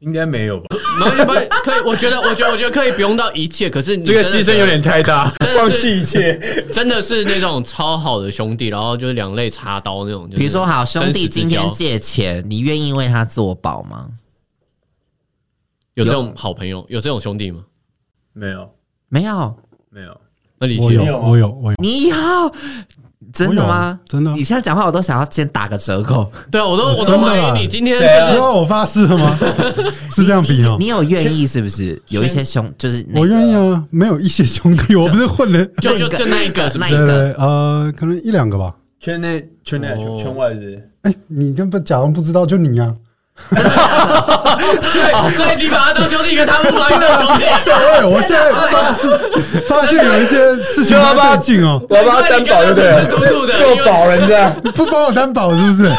S3: 应该没有吧？
S2: 然后一般可以，我觉得，我觉得，我觉得可以不用到一切，可是你
S3: 这个牺牲有点太大，
S2: 真的是
S3: 放弃一切。
S2: 真的是那种超好的兄弟，然后就是两肋插刀那种。就是
S1: 比如说，好兄弟今天
S2: 生死之交
S1: 借钱，你愿意为他做保吗？
S2: 有这种好朋友，有这种兄弟吗？
S3: 没有，
S1: 没有，
S3: 没有，
S2: 那李
S4: 我
S2: 琦
S4: 有，
S2: 呢
S4: 我有，我有。
S1: 你有真的
S4: 我有
S1: 吗
S4: 啊？真的啊
S1: 你现在讲话我都想要先打个折扣。
S2: 对啊，我都我都
S4: 哦真的
S2: 怀
S4: 啦
S2: 疑你今天
S5: 谁啊
S2: 就是
S4: 哇，我发誓 了吗？是这样比哦
S1: 你。有愿意是不是？有一些兄就是那
S4: 我愿意啊，没有一些兄弟，我不是混了。
S2: 就
S1: 那
S2: 就
S1: 一个
S2: 就那一个是不
S1: 那
S2: 是
S1: 一
S4: 对
S1: 个
S4: 对，呃，可能一两个吧。
S3: 圈内、圈内、
S2: 哦
S3: 圈外是
S4: 哎，你根本假装不知道，就你啊！
S2: 对，哦所以你把他当兄弟，跟他不把你当兄弟，
S4: 对，我现在发誓，发现有一些事情不太对劲哦。
S5: 我要帮他担保就对了，
S2: 突突 的，
S5: 做保人这样，
S4: 不帮我担保是不是？？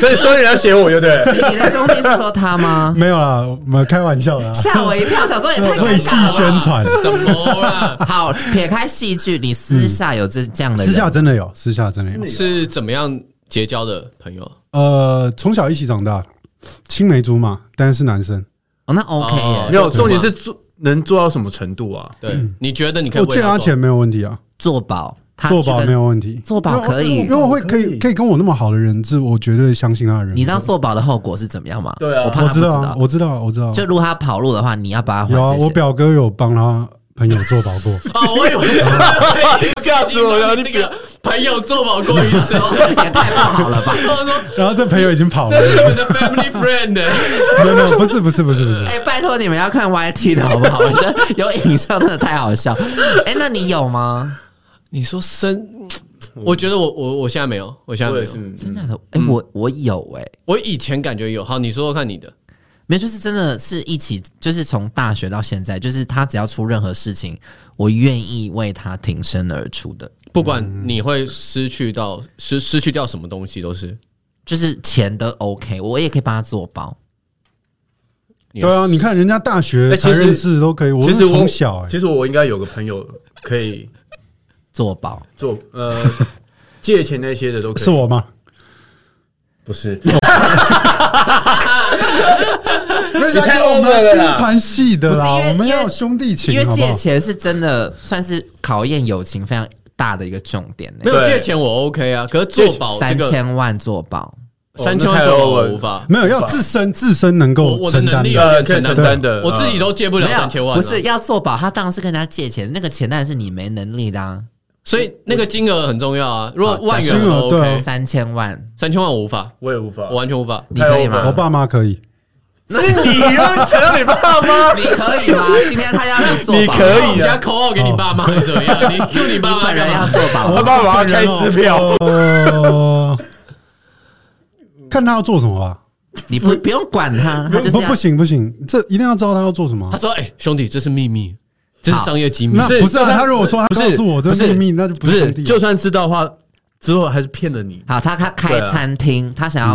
S5: 所以所以你要写我就对 了。
S1: 你的兄弟是说他吗
S4: 没有啦，我们开玩笑 啦。
S1: 吓我一跳，想说也太
S4: 为
S1: 尴
S4: 戏
S1: 尬了
S4: 宣
S1: 吧。
S4: 传，
S2: 什么啦？
S1: 好，撇开戏剧，你私下有这这样的
S4: 私下
S1: 人，
S4: 真的有，私下真的有。
S2: 是怎么样结交的朋友？
S4: 呃，从小一起长大，青梅竹马，但是男生。
S1: 哦，那 OK
S2: 哦
S1: 耶
S3: 没有，重点是做能做到什么程度啊？
S2: 对，你觉得你可以
S4: 我
S2: 为
S4: 哦借
S2: 他
S4: 他
S2: 做
S4: 钱没有问题啊，
S1: 做保，他
S4: 做保
S1: 觉得
S4: 没有问题，
S1: 做保可以
S4: 因为我会可
S3: 可
S4: 以
S3: 以
S4: 可以跟我那么好的人，是我绝对相信他的人。
S1: 你知道做保的后果是怎么样吗？
S3: 对啊
S1: 我怕
S4: 我
S1: 他不
S4: 知
S1: 知
S4: 道啊，
S1: 道。
S4: 我知道啊，我知道啊。
S1: 就如果他跑路的话，你要把他还
S4: 有啊，
S1: 这
S4: 我
S1: 些。
S4: 表哥有帮他朋友做保过，
S2: 哦，我 以为
S5: 吓死我了
S2: 你这个朋友做保过一次，
S1: 也太不好了吧！
S2: 然后说
S4: 然后这朋友已经跑了
S2: 那。是你们的 family friend，欸
S4: 没有没有，不是不是不是不是，
S1: 哎、拜托你们要看 YT 的好不好？我觉得有影像真的太好笑。哎、那你有吗？
S2: 你说生，我觉得我我我现在没有，我现在
S3: 我
S2: 没
S3: 也是嗯
S2: 有，，
S1: 真的假的？哎、
S2: 嗯
S1: 我我有哎、
S2: 我以前感觉有。好，你说说看你的，
S1: 没有，就是真的是一起，就是从大学到现在，就是他只要出任何事情，我愿意为他挺身而出的，
S2: 不管你会失去到失失去掉什么东西，都是
S1: 就是钱都 OK，我也可以帮他做包。
S2: 你
S4: 对啊，你看人家大学
S3: 哎其
S4: 才
S3: 实
S4: 认识都可以，我
S3: 其
S4: 是
S3: 实我
S4: 从小
S1: 欸
S4: 哎
S3: 其，实我应该有个朋友可以
S1: 做包，
S3: 做 呃借钱那些的都可以。
S4: 是我吗？
S5: 不是，
S4: 人
S5: 家
S4: 家
S5: 给
S4: 给
S5: 我
S4: 我
S5: 们
S4: 们
S5: 宣
S4: 宣
S5: 传
S4: 传系的啦，
S1: 不是因为
S4: 我们
S1: 因
S4: 要
S1: 为
S4: 兄弟情，
S1: 因为
S4: 好不
S1: 借
S4: 好？
S1: 钱是真的算是考验友情非常大的一个重点、欸。
S2: 没有
S3: 对
S2: 借钱我 OK 啊，可是做保这
S1: 三
S2: 个
S1: 千万做包，
S2: 三千万做保我无法，
S4: 没有要自身自身能
S2: 我
S4: 够
S2: 我的
S4: 承
S2: 能
S4: 担
S2: 力
S4: 的，
S2: 有
S3: 呃
S2: 点
S3: 可以
S2: 承
S3: 承
S2: 担
S3: 担的呃
S2: 我自己都借不了
S1: 没有
S2: 三千万，啊
S1: 不是，要做保，他当然是跟人家借钱，那个钱当然是你没能力的、啊，
S2: 所以那个金额很重要啊。如果
S1: 好
S2: 万元
S4: 金
S2: 我
S4: 额对啊啊
S2: OK，
S1: 三千万，
S2: 三千万我无法，
S3: 我也无法
S2: 我。完全无法。
S1: 你可以
S3: 太
S1: 吗
S4: 我？爸妈可以，
S5: 是你又扯到你爸妈，
S1: 你可以吗？今天他要你做保，
S5: 你可
S2: 你
S5: 以
S2: 家
S5: 啊，
S2: 口号给你爸妈还是怎么样？ 你 Q 你爸
S1: 你
S2: 妈
S1: 本
S2: 干
S1: 人要
S2: 嘛？
S1: 做 保，
S5: 我爸爸要开支票，
S3: 哦
S4: 呃，看他要做什么吧。
S1: 你不不用管他，他
S4: 不
S1: 就是
S4: 不
S1: 要
S4: 不行不行，这一定要知道他要做什么
S2: 他
S4: 啊。
S2: 说：“哎，兄弟，这是秘密，这是商业机密
S4: 那。
S3: 是
S4: 不是啊？
S3: 就算
S4: 他如果说他
S3: 不
S4: 告
S3: 是
S4: 诉我这
S3: 不是
S4: 秘密，那就
S3: 不
S4: 是
S3: 是
S4: 兄弟，啊
S3: 就算知道的话，之后还是骗了你。
S1: 好，他他开
S3: 对啊
S1: 餐厅，他想要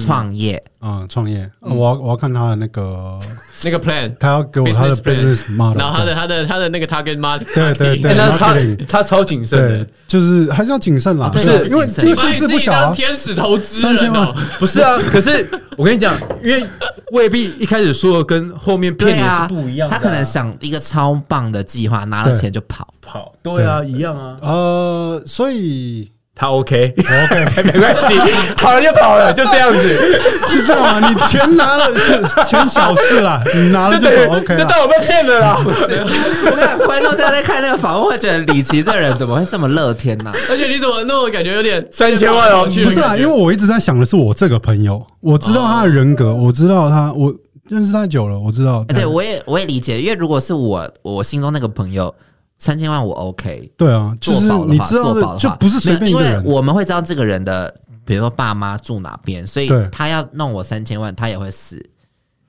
S1: 创业，
S4: 嗯，创业，啊我要我要看他的那个，
S2: 那个 plan，
S4: 他要给我他的
S2: Business
S4: business model，
S2: 然后他的他的他的那个 target market，
S4: 对对对
S3: 欸那他
S4: marketing
S3: 他超谨慎
S4: 对
S3: 的
S4: 对，，就是还是要谨慎啦，
S1: 哦对
S4: 对
S1: 是
S4: 因为
S1: 谨慎
S4: 因为
S2: 把
S4: 数
S2: 你
S4: 字
S2: 自
S4: 不
S2: 己
S4: 小
S2: 当
S4: 啊，
S2: 天使投资
S4: 三千
S2: 人
S4: 万
S2: 哦，
S3: 不是啊，可是我跟你讲，因为未必一开始说的跟后面骗
S1: 对
S3: 你的是
S1: 啊，
S3: 不一样的啊、
S1: 他可能想一个超棒的计划，拿了
S4: 对
S1: 钱就跑。
S3: 跑，对啊，一样啊，
S4: 呃，所以
S3: 他 OK，
S4: 我 OK，
S3: 没关系，跑了就跑了，就这样子，
S4: 就这样嘛，你钱拿了， 钱钱小事啦，你拿了
S3: 就
S4: 就
S3: 等于
S4: 走 OK 啊
S3: 就
S4: 啦。
S3: 当我被骗了啦。
S1: 我看观众现在在看那个访问，会觉得李琦这人怎么会这么乐天呢、
S2: 而且你怎么那我感觉有点
S3: 三千万哦
S4: 不是啊，因为我一直在想的是我这个朋友，我知道他的人格，我知道他，我认识他久了，我知道。
S1: 哎，对我也我也理解，因为如果是我我心中那个朋友，三千万我 OK，
S4: 对啊，就
S1: 做
S4: 是
S1: 保的
S4: 你
S1: 话，
S4: 知道
S1: 做保的
S4: 的，
S1: 话
S4: 就不是随便一个
S1: 没有
S4: 人
S1: 因。为我们会知道这个人的，比如说爸妈住哪边，所以
S4: 对
S1: 他要弄我三千万，他也会死，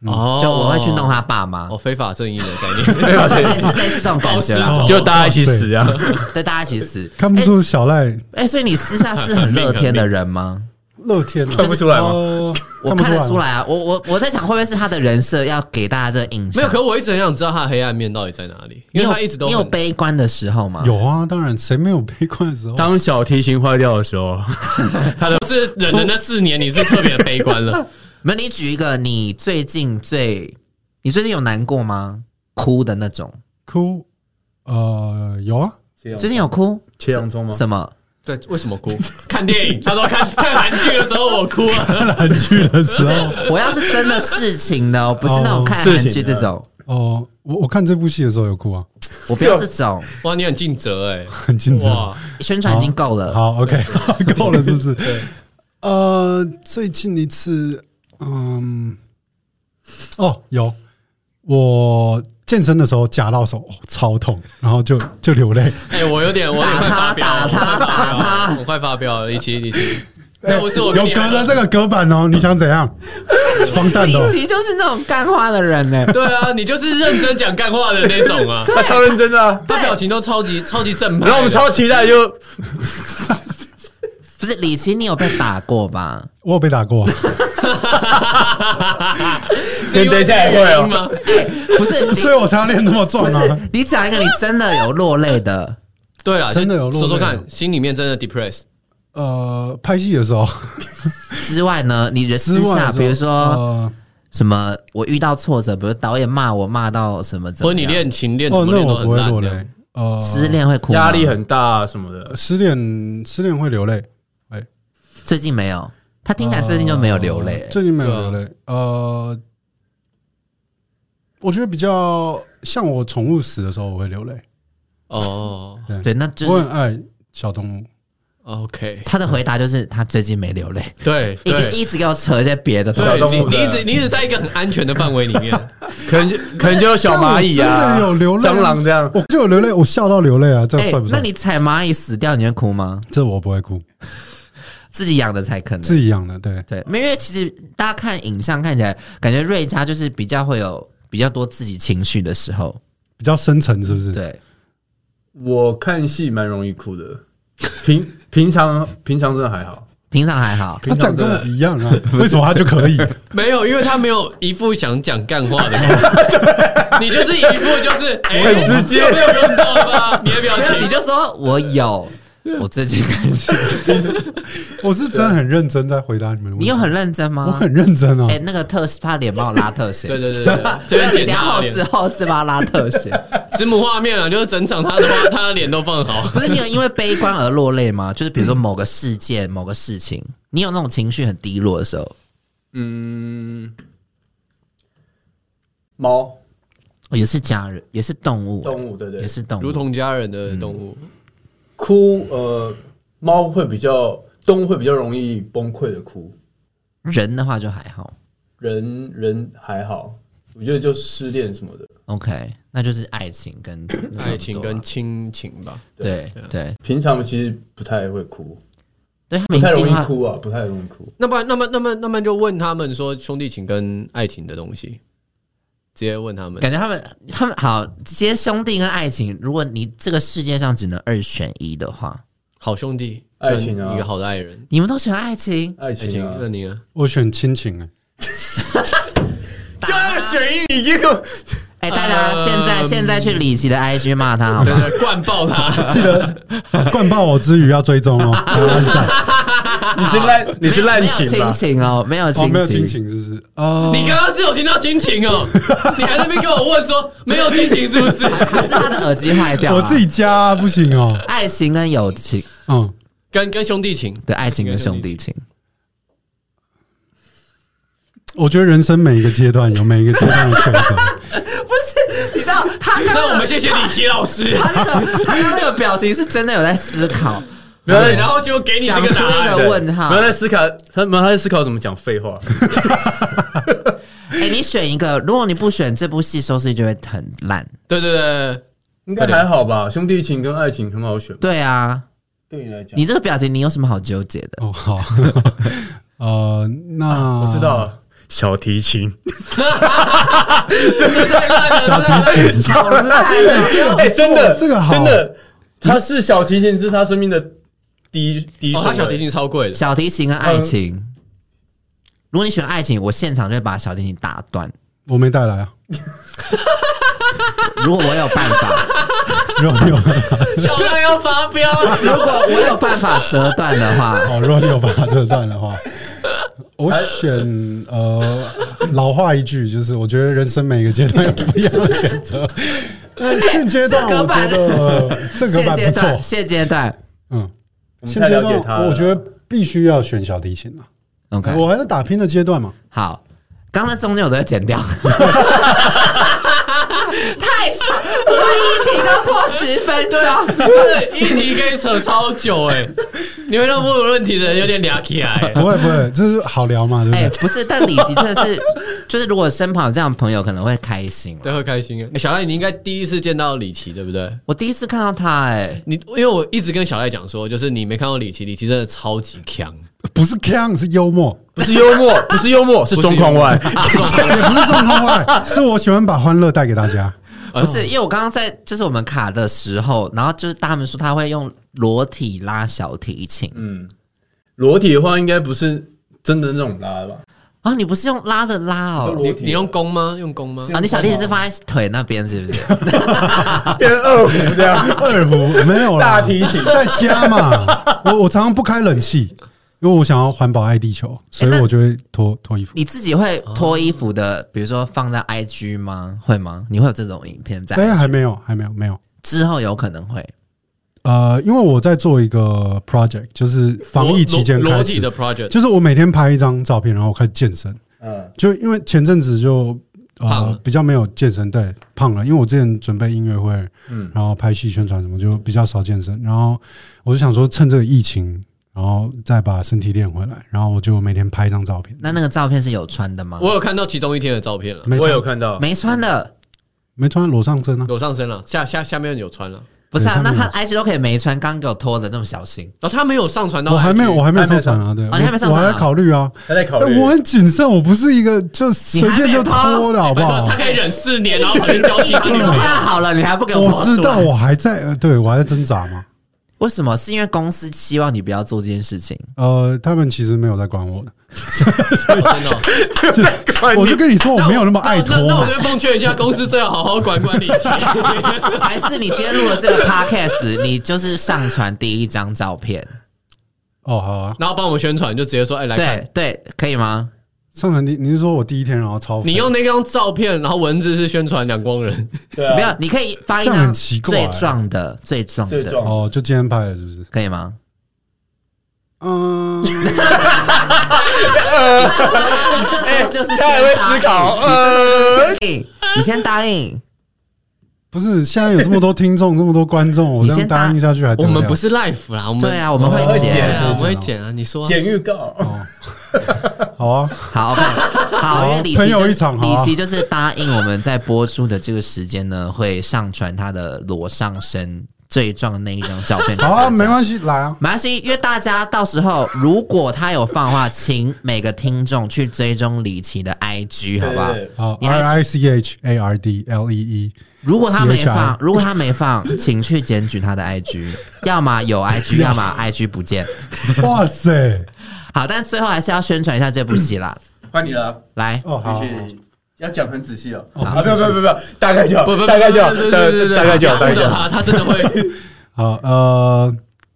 S2: 哦
S1: 就我会去弄他爸妈
S2: 哦，，非法正义的概念。
S1: 类 似类似这种感觉啦，
S2: 包
S3: 就大家一起死啊！
S1: 对大家一起死。
S4: 看不出小赖
S1: 哎、所以你私下是很乐天的人吗？
S4: 乐天
S3: 看不出来吗
S4: 吗？
S1: 我
S4: 看不
S1: 看得出
S4: 来吗。
S1: 来啊，我我我在想会不会是他的人设要给大家这个印象？
S2: 没有，可我一直很想知道他的黑暗面到底在哪里，
S1: 你
S2: 因为
S1: 有
S2: 他一直都
S1: 你
S2: 很
S1: 有悲观的时候吗？
S4: 有啊，当然，谁没有悲观的时候？
S3: 当小提琴坏掉的时候，
S2: 他的是忍了那四年，你是特别悲 观了。
S1: 没有，你举一个你最近最你最近有难过吗？哭的那种，
S4: 哭，呃，有啊，
S1: 最近有哭？
S3: 切洋葱吗
S1: 什么？
S2: 对，为什么 哭？看电影，他说看 看韩剧的时候我哭啊 了。
S4: 韩剧的时候，
S1: 我要是真的事情呢，不 是那种看韩剧这种，
S4: 哦，我我看这部戏的时候有哭啊，
S1: 我不要这种
S2: 哇，你很尽责哎、
S4: 很紧张。
S2: 哇，
S1: 宣传已经够了。
S4: 好，OK，够了，是不是？呃，最近一次，嗯，哦，有我健身的时候夹到手、哦超痛，然后就就流泪。
S2: 哎、我有点，我有点快发飙了，
S1: 打他打他打
S2: 我快发飙了
S1: 他
S2: 我快发飙了，李琦，李琦， 那不是我
S4: 哎有
S2: 跟你
S4: 隔着这个隔板哦，你想怎样？防弹的哦
S1: 李，琦就是那种干花的人呢、
S2: 对啊，你就是认真讲干话的那种啊，
S3: 他 超认真的啊。
S2: 他表情都超级超级正派的。
S3: 然后我们超期待，就
S1: 不是李琦，你有被打过吧？
S4: 我有被打过，啊
S2: 是因为
S3: 等一下也会哦
S2: 这个原因吗？
S1: 不是，
S4: 所以我才要练那么壮
S1: 不
S4: 啊。
S1: 是，你讲一个你真的有落泪的，
S2: 对了，
S4: 真的有落泪
S2: 说说看，心里面真的 depressed。
S4: 呃，拍戏的时候，
S1: 之外呢，你的私
S4: 之外
S1: 下，
S4: 的时候
S1: 比如说
S4: 呃
S1: 什么，我遇到挫折，比如导演骂我骂到什么怎
S2: 或
S1: 么
S2: 者
S1: 样，
S2: 你练琴练怎
S4: 哦，
S2: 么
S4: 那
S2: 练都
S4: 我不
S2: 很
S4: 会
S2: 烂
S4: 落
S2: 这样
S4: 泪。呃，
S1: 失恋会哭吗，
S3: 压力很大啊什么的。
S4: 失恋，失恋会流泪。
S1: 最近没有，他听起来最近就没有流泪、
S4: 呃最近没有流泪。呃，我觉得比较像我宠物死的时候，我会流泪。
S2: 哦
S1: 对，那就
S4: 我
S1: 是
S4: 很爱小动物，
S2: ，OK，
S1: 他的回答就是他最近没流泪，
S2: 对
S1: 一直
S2: 对。
S1: 一直给我扯一些别的东
S3: 小
S1: 西。
S2: 对，
S3: 动物
S2: 你
S3: 的
S2: 你一直你一直在一个很安全的范围里面，
S3: 可能就可能就有小蚂蚁啊，
S4: 但我真的有流泪啊
S3: 蟑螂这样。
S4: 我就有流泪，我笑到流泪啊，这
S1: 哎、
S4: 算不
S1: 那
S4: 算？
S1: 你踩蚂蚁死掉，你会哭吗？
S4: 这我不会哭，
S1: 自己养的才可能。
S4: 自己养的，对，
S1: 对，没有因为其实大家看影像看起来，感觉瑞佳就是比较会有比较多自己情绪的时候。
S4: 比较深沉，是不是？
S1: 对，
S3: 我看戏蛮容易哭的，平平常平常真的还好。
S1: 平常还好。
S4: 他讲跟我一 样啊，为什么他就可以？
S2: 没有，因为他没有一副想讲干话的感觉，你就是一副就是哎
S3: 很直接
S2: 有没有用到吧？你的表
S1: 没有
S2: 情，
S1: 你就说我有，我最近开始。
S4: 我是真的很认真在回答你们的问题。
S1: 你有很认真
S4: 我
S1: 吗？
S4: 很认真啊
S1: 哎、，那个特怕脸帮我拉特写。
S2: 对对对对，对这边
S1: 你
S2: 剪
S1: 等一下
S2: 他
S1: 后
S2: 的
S1: 置
S2: 脸，
S1: 后置帮他拉特写。
S2: 字母画面啊，就是整场他的话，他的脸都放好。
S1: 不是你有因为悲观而落泪吗？就是比如说某个事件、某个事情，你有那种情绪很低落的时候，
S3: 嗯，猫
S1: 哦也是家人，也是动物，
S3: 动物对对
S1: 也是动物，
S2: 如同家人的动物，
S3: 哭呃，猫会比较动物会比较容易崩溃的哭，
S1: 人的话就还好。
S3: 人人还好，我觉得就失恋什么的。
S1: OK，那就是爱情跟
S2: 爱情跟亲情吧。
S1: 对对
S3: 平常其实不太会哭，
S1: 对，他
S3: 不
S1: 们已
S3: 太
S1: 经进
S3: 容
S1: 化。
S3: 易哭啊，不太容易哭。
S2: 那么，那么，那么，那么就问他们说兄弟情跟爱情的东西，直接问他们。
S1: 感觉他们他们好，其实兄弟跟爱情，如果你这个世界上只能二选一的话，
S2: 好兄弟，
S3: 爱情啊
S2: 跟一个好的爱人，
S1: 你们都喜欢爱情，
S3: 爱
S2: 爱
S3: 情
S2: 情
S3: 啊，
S2: 那你呢？
S4: 我选亲情、欸，。
S5: 就要选一，你一个
S1: 哎、大家
S2: 呃
S1: 现在、现在去李琦的 IG 骂他好
S2: 对
S1: 吗？
S2: 对，灌爆他
S4: 记得哎灌爆我之余要追踪哦，还要按赞
S3: 你是 滥你是滥
S1: 没有
S3: 情吧
S1: 亲？情哦，没有 亲
S4: 哦，
S1: 情，
S4: 没有亲情是不是？哦，
S2: 你刚刚是有听到亲情哦，你还在那边跟我问说没有亲情是不是？
S1: 还是他的耳机坏掉、啊
S4: 我自己。家、不行哦，
S1: 爱情跟友情，
S4: 嗯，
S2: 跟跟兄弟情，
S1: 对爱情跟兄弟情，
S4: 我觉得人生每一个阶段有每一个阶段的选择，
S1: 不是你知道他刚
S2: 那我
S1: 刚
S2: 们谢谢李琦老师。
S1: 啊他那个他刚刚那个表情是真的有在思考，
S3: 不要再
S2: 然后就给你这
S1: 讲
S2: 个
S1: 出
S2: 答
S1: 那
S2: 案，
S1: 个问号
S3: 不。要再思考，他们还在思考怎么讲废话。
S1: 哎、你选一个，如果你不选这部戏，收视率就会很烂。
S2: 对对对，哦
S3: 应该还好吧？兄弟情跟爱情很好选，
S1: 对啊，
S3: 对你来讲，
S1: 你这个表情，你有什么好纠结的？
S4: 哦，好， 呃，那、
S3: 啊我知道，了，小提琴。
S2: 对太烂了
S4: 小提琴，
S1: 好烂啊！
S3: 哎、真的，
S4: 这个好
S3: 真的，他是小提琴是他生命的第一第一
S2: 哦，
S3: 首、哎
S2: 他小提琴超贵的，
S1: 小提琴跟
S4: 嗯
S1: 爱情，如果你选爱情，我现场就会把小提琴打断。
S4: 我没带来 啊，
S1: 如果我有办 法，
S4: 若你 有，
S2: 小亮要发 飙了。
S1: 如果我有办法折断的话，
S4: 哦，若你有把它这段的话，我选呃，老话一句，就是我觉得人生每个阶段有不一样的选 择。那现阶段我觉得呃这个
S1: 现
S4: 版
S1: 阶
S4: 不
S1: 段，
S4: 错，
S1: 现阶段
S4: 嗯，
S3: 我们
S4: 现
S3: 太
S4: 阶
S3: 了解他
S4: 段
S3: 了
S4: 我觉得必须要选小提琴了，
S1: ，OK，
S4: 我还在打拼的阶段嘛。
S1: 好。刚才中间我都要剪 掉，太长，我一题都拖十分钟。
S2: 对，一题可以扯超久哎、你们让问我问题的人有点聊起来、
S4: 不会不会，就是好聊嘛，对不
S1: 哎、
S4: 对？
S1: 不是，但李琦真的是，就是如果身旁有这样的朋友，可能会开心。
S2: 对，会开心哎、小赖，你应该第一次见到李琦，对不对？
S1: 我第一次看到他、哎，
S2: 你因为我一直跟小赖讲说，就是你没看过李琦，李琦真的超级 强，
S4: 不是 can 是幽默，
S3: 不是幽 默，不是幽默，是中狂外。
S4: 也不是状况外，是我喜欢把欢乐带给大家。
S1: 不是，因为我刚刚在就是我们卡的时候，然后就是他们说他会用裸体拉小提琴、
S3: 嗯，裸体的话应该不是真的那种拉的吧？
S1: 啊，你不是用拉的拉哦，
S2: 你你用弓吗？用弓吗？
S1: 啊，你小提琴是放在腿那边是不是？
S3: 变二胡这样，
S4: 二胡没有啦，
S3: 大提琴
S4: 在家 嘛，我我常常不开冷气，因为我想要环保爱地
S2: 哎
S4: 球，所以我就会脱脱衣服。
S1: 你自己会脱衣服的，比如说放在 IG 吗？会吗？你会有这种影片在
S4: 哎，还没有，还没有，没有。
S1: 之后有可能会
S4: 呃，因为我在做一个 project，就是防疫期间
S2: 裸
S4: 开
S2: 裸体
S4: 始
S2: 的，project，
S4: 就是我每天拍一张照片，然后我开始健身。
S3: 嗯，
S4: 就因为前阵子就
S2: 胖
S4: 呃
S2: 了
S4: 比较没有健身，对，胖了。因为我之前准备音乐会，嗯，然后拍戏宣传什么，就比较少健身。然后我就想说，趁这个疫情，然后再把身体练回来。然后我就每天拍一张照片。
S1: 那那个照片是有穿的吗？
S2: 我有看到其中一天的照片了，
S4: 没
S3: 我
S4: 穿
S3: 有看到，
S1: 没穿的，
S4: 没穿裸上身啊？
S2: 裸上身了，下下下面有穿了，
S1: 不是啊？
S4: 对
S1: 那
S4: 上面
S1: 他 IG 都可以没穿，刚给我脱的这么小 心，
S2: 然后他没有上传到 IG，
S4: 我还没有，我还没有
S3: 还没
S4: 上传啊。对，
S1: 哦你还没上传啊
S4: 我还在考虑啊。
S3: 他在考
S4: 哎
S3: 虑
S4: 我。很谨慎，我不是一个就随便就脱的好不
S2: 拜
S4: 好
S2: 托哎他？可以忍四年，然后把人交替
S1: 疫 情 都快好了，你还不给我
S4: 我
S1: 脱出
S4: 知道，
S1: 来？
S4: 我还在，呃对我还在挣扎嘛。
S1: 为什么？是因为公司期望你不要做这件事情？
S4: 呃，他们其实没有在管我的，
S2: 真的哦。
S4: 就我就跟你说，我没有那么爱脱
S2: 那那
S4: 嘛
S2: 我。就奉劝一下公司，最好好好管管理期。
S1: 还是你今天录了这个 podcast，你就是上传第一张照片，
S4: 哦，好啊。
S2: 然后帮我们宣传，就直接说，哎，来看，
S1: 对对，可以吗？
S4: 上传第，你是说我第一天然后超肥
S2: 你用那张照片，然后文字是宣传两光人，
S3: 对啊，
S1: 没有，你可以发一
S4: 呃这样
S1: 张
S4: 很奇怪
S1: 最壮的、最壮
S3: 最
S1: 的，
S3: 壮
S4: 哦，就今天拍的是不是？
S1: 可以吗？
S4: 嗯，哎
S1: 你这时候就是先答应，
S5: 考，
S4: 呃
S1: 你先答应，
S4: 不是，现在有这么多听众，这么多观众，我
S1: 你
S4: 这
S1: 先
S4: 样
S1: 搭
S4: 答应下去还得
S2: 我
S4: 了
S2: 们不是 live 啦，我们
S1: 对啊我们
S3: 会
S2: 对
S3: 剪
S2: 啊我
S4: 会剪
S2: 们会剪啊，你说啊
S3: 剪预告，
S4: 哦好啊，
S1: 好，OK，好，因 为李琦
S4: 朋友
S1: 就是
S4: 一场好
S1: 李
S4: 啊
S1: 琦就是答应我们在播出的这个时间呢，会上传他的裸上身最壮的那一张照片。
S4: 好啊，没关系，来啊，
S1: 马来西亚，因为大家到时候如果他有放的话，请每个听众去追踪李琦的 IG，好不好？
S4: 好
S1: 你还
S4: ，R I C H A R D L E E，
S1: 如果他没
S4: CHI
S1: 放，如果他没放，请去检举他的 IG，要么有 IG，要么 IG 不见。
S4: 哇塞，
S1: 好，但最后还是要宣传一下这部戏啦。
S5: 换你了，
S1: 来，
S4: 哦，好，
S5: 谢谢你。要讲很仔细哦，
S4: 哦
S5: 啊，不要不要不要不要，大概就好，
S2: 不不，
S5: 大概就好，
S2: 对
S5: 大
S2: 对对对，
S5: 大概就好，
S2: 不
S5: 大概
S2: 要误
S5: 就
S2: 导
S5: 好。
S2: 他，他真的会。
S4: 好，呃，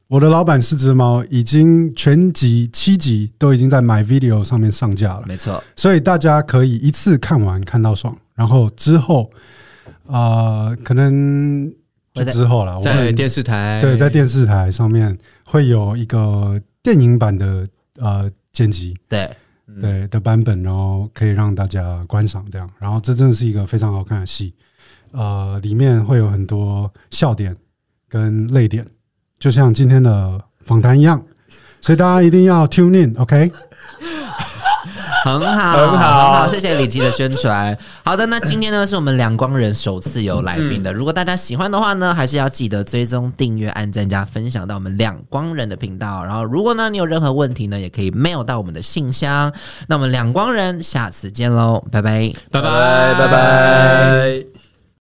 S4: 我的老板是只猫，已经全集七集都已经在 My Video 上面上架了，
S1: 没错，
S4: 所以大家可以一次看完看到爽，然后之后，呃，可能就
S1: 会在
S4: 之后啦，我
S2: 在
S4: 会
S2: 电视台，
S4: 对在电视台上面会有一个电影版的呃剪辑，
S1: 对，
S2: 嗯
S4: 对的版本，然后可以让大家观赏这样。然后这真的是一个非常好看的戏，呃，里面会有很多笑点跟泪点，就像今天的访谈一样，所以大家一定要 tune in，OK？、
S1: 很好，
S5: 很好
S1: 很谢谢李琦的宣传。好的，那今天呢是我们两光人首次有来宾
S5: 嗯
S1: 的，如果大家喜欢的话呢，还是要记得追踪、订阅、按赞加分享到我们两光人的频道。然后，如果呢你有任何问题呢，也可以 mail 到我们的信箱。那我们两光人下次见喽，拜拜。
S2: 拜拜
S5: 拜拜。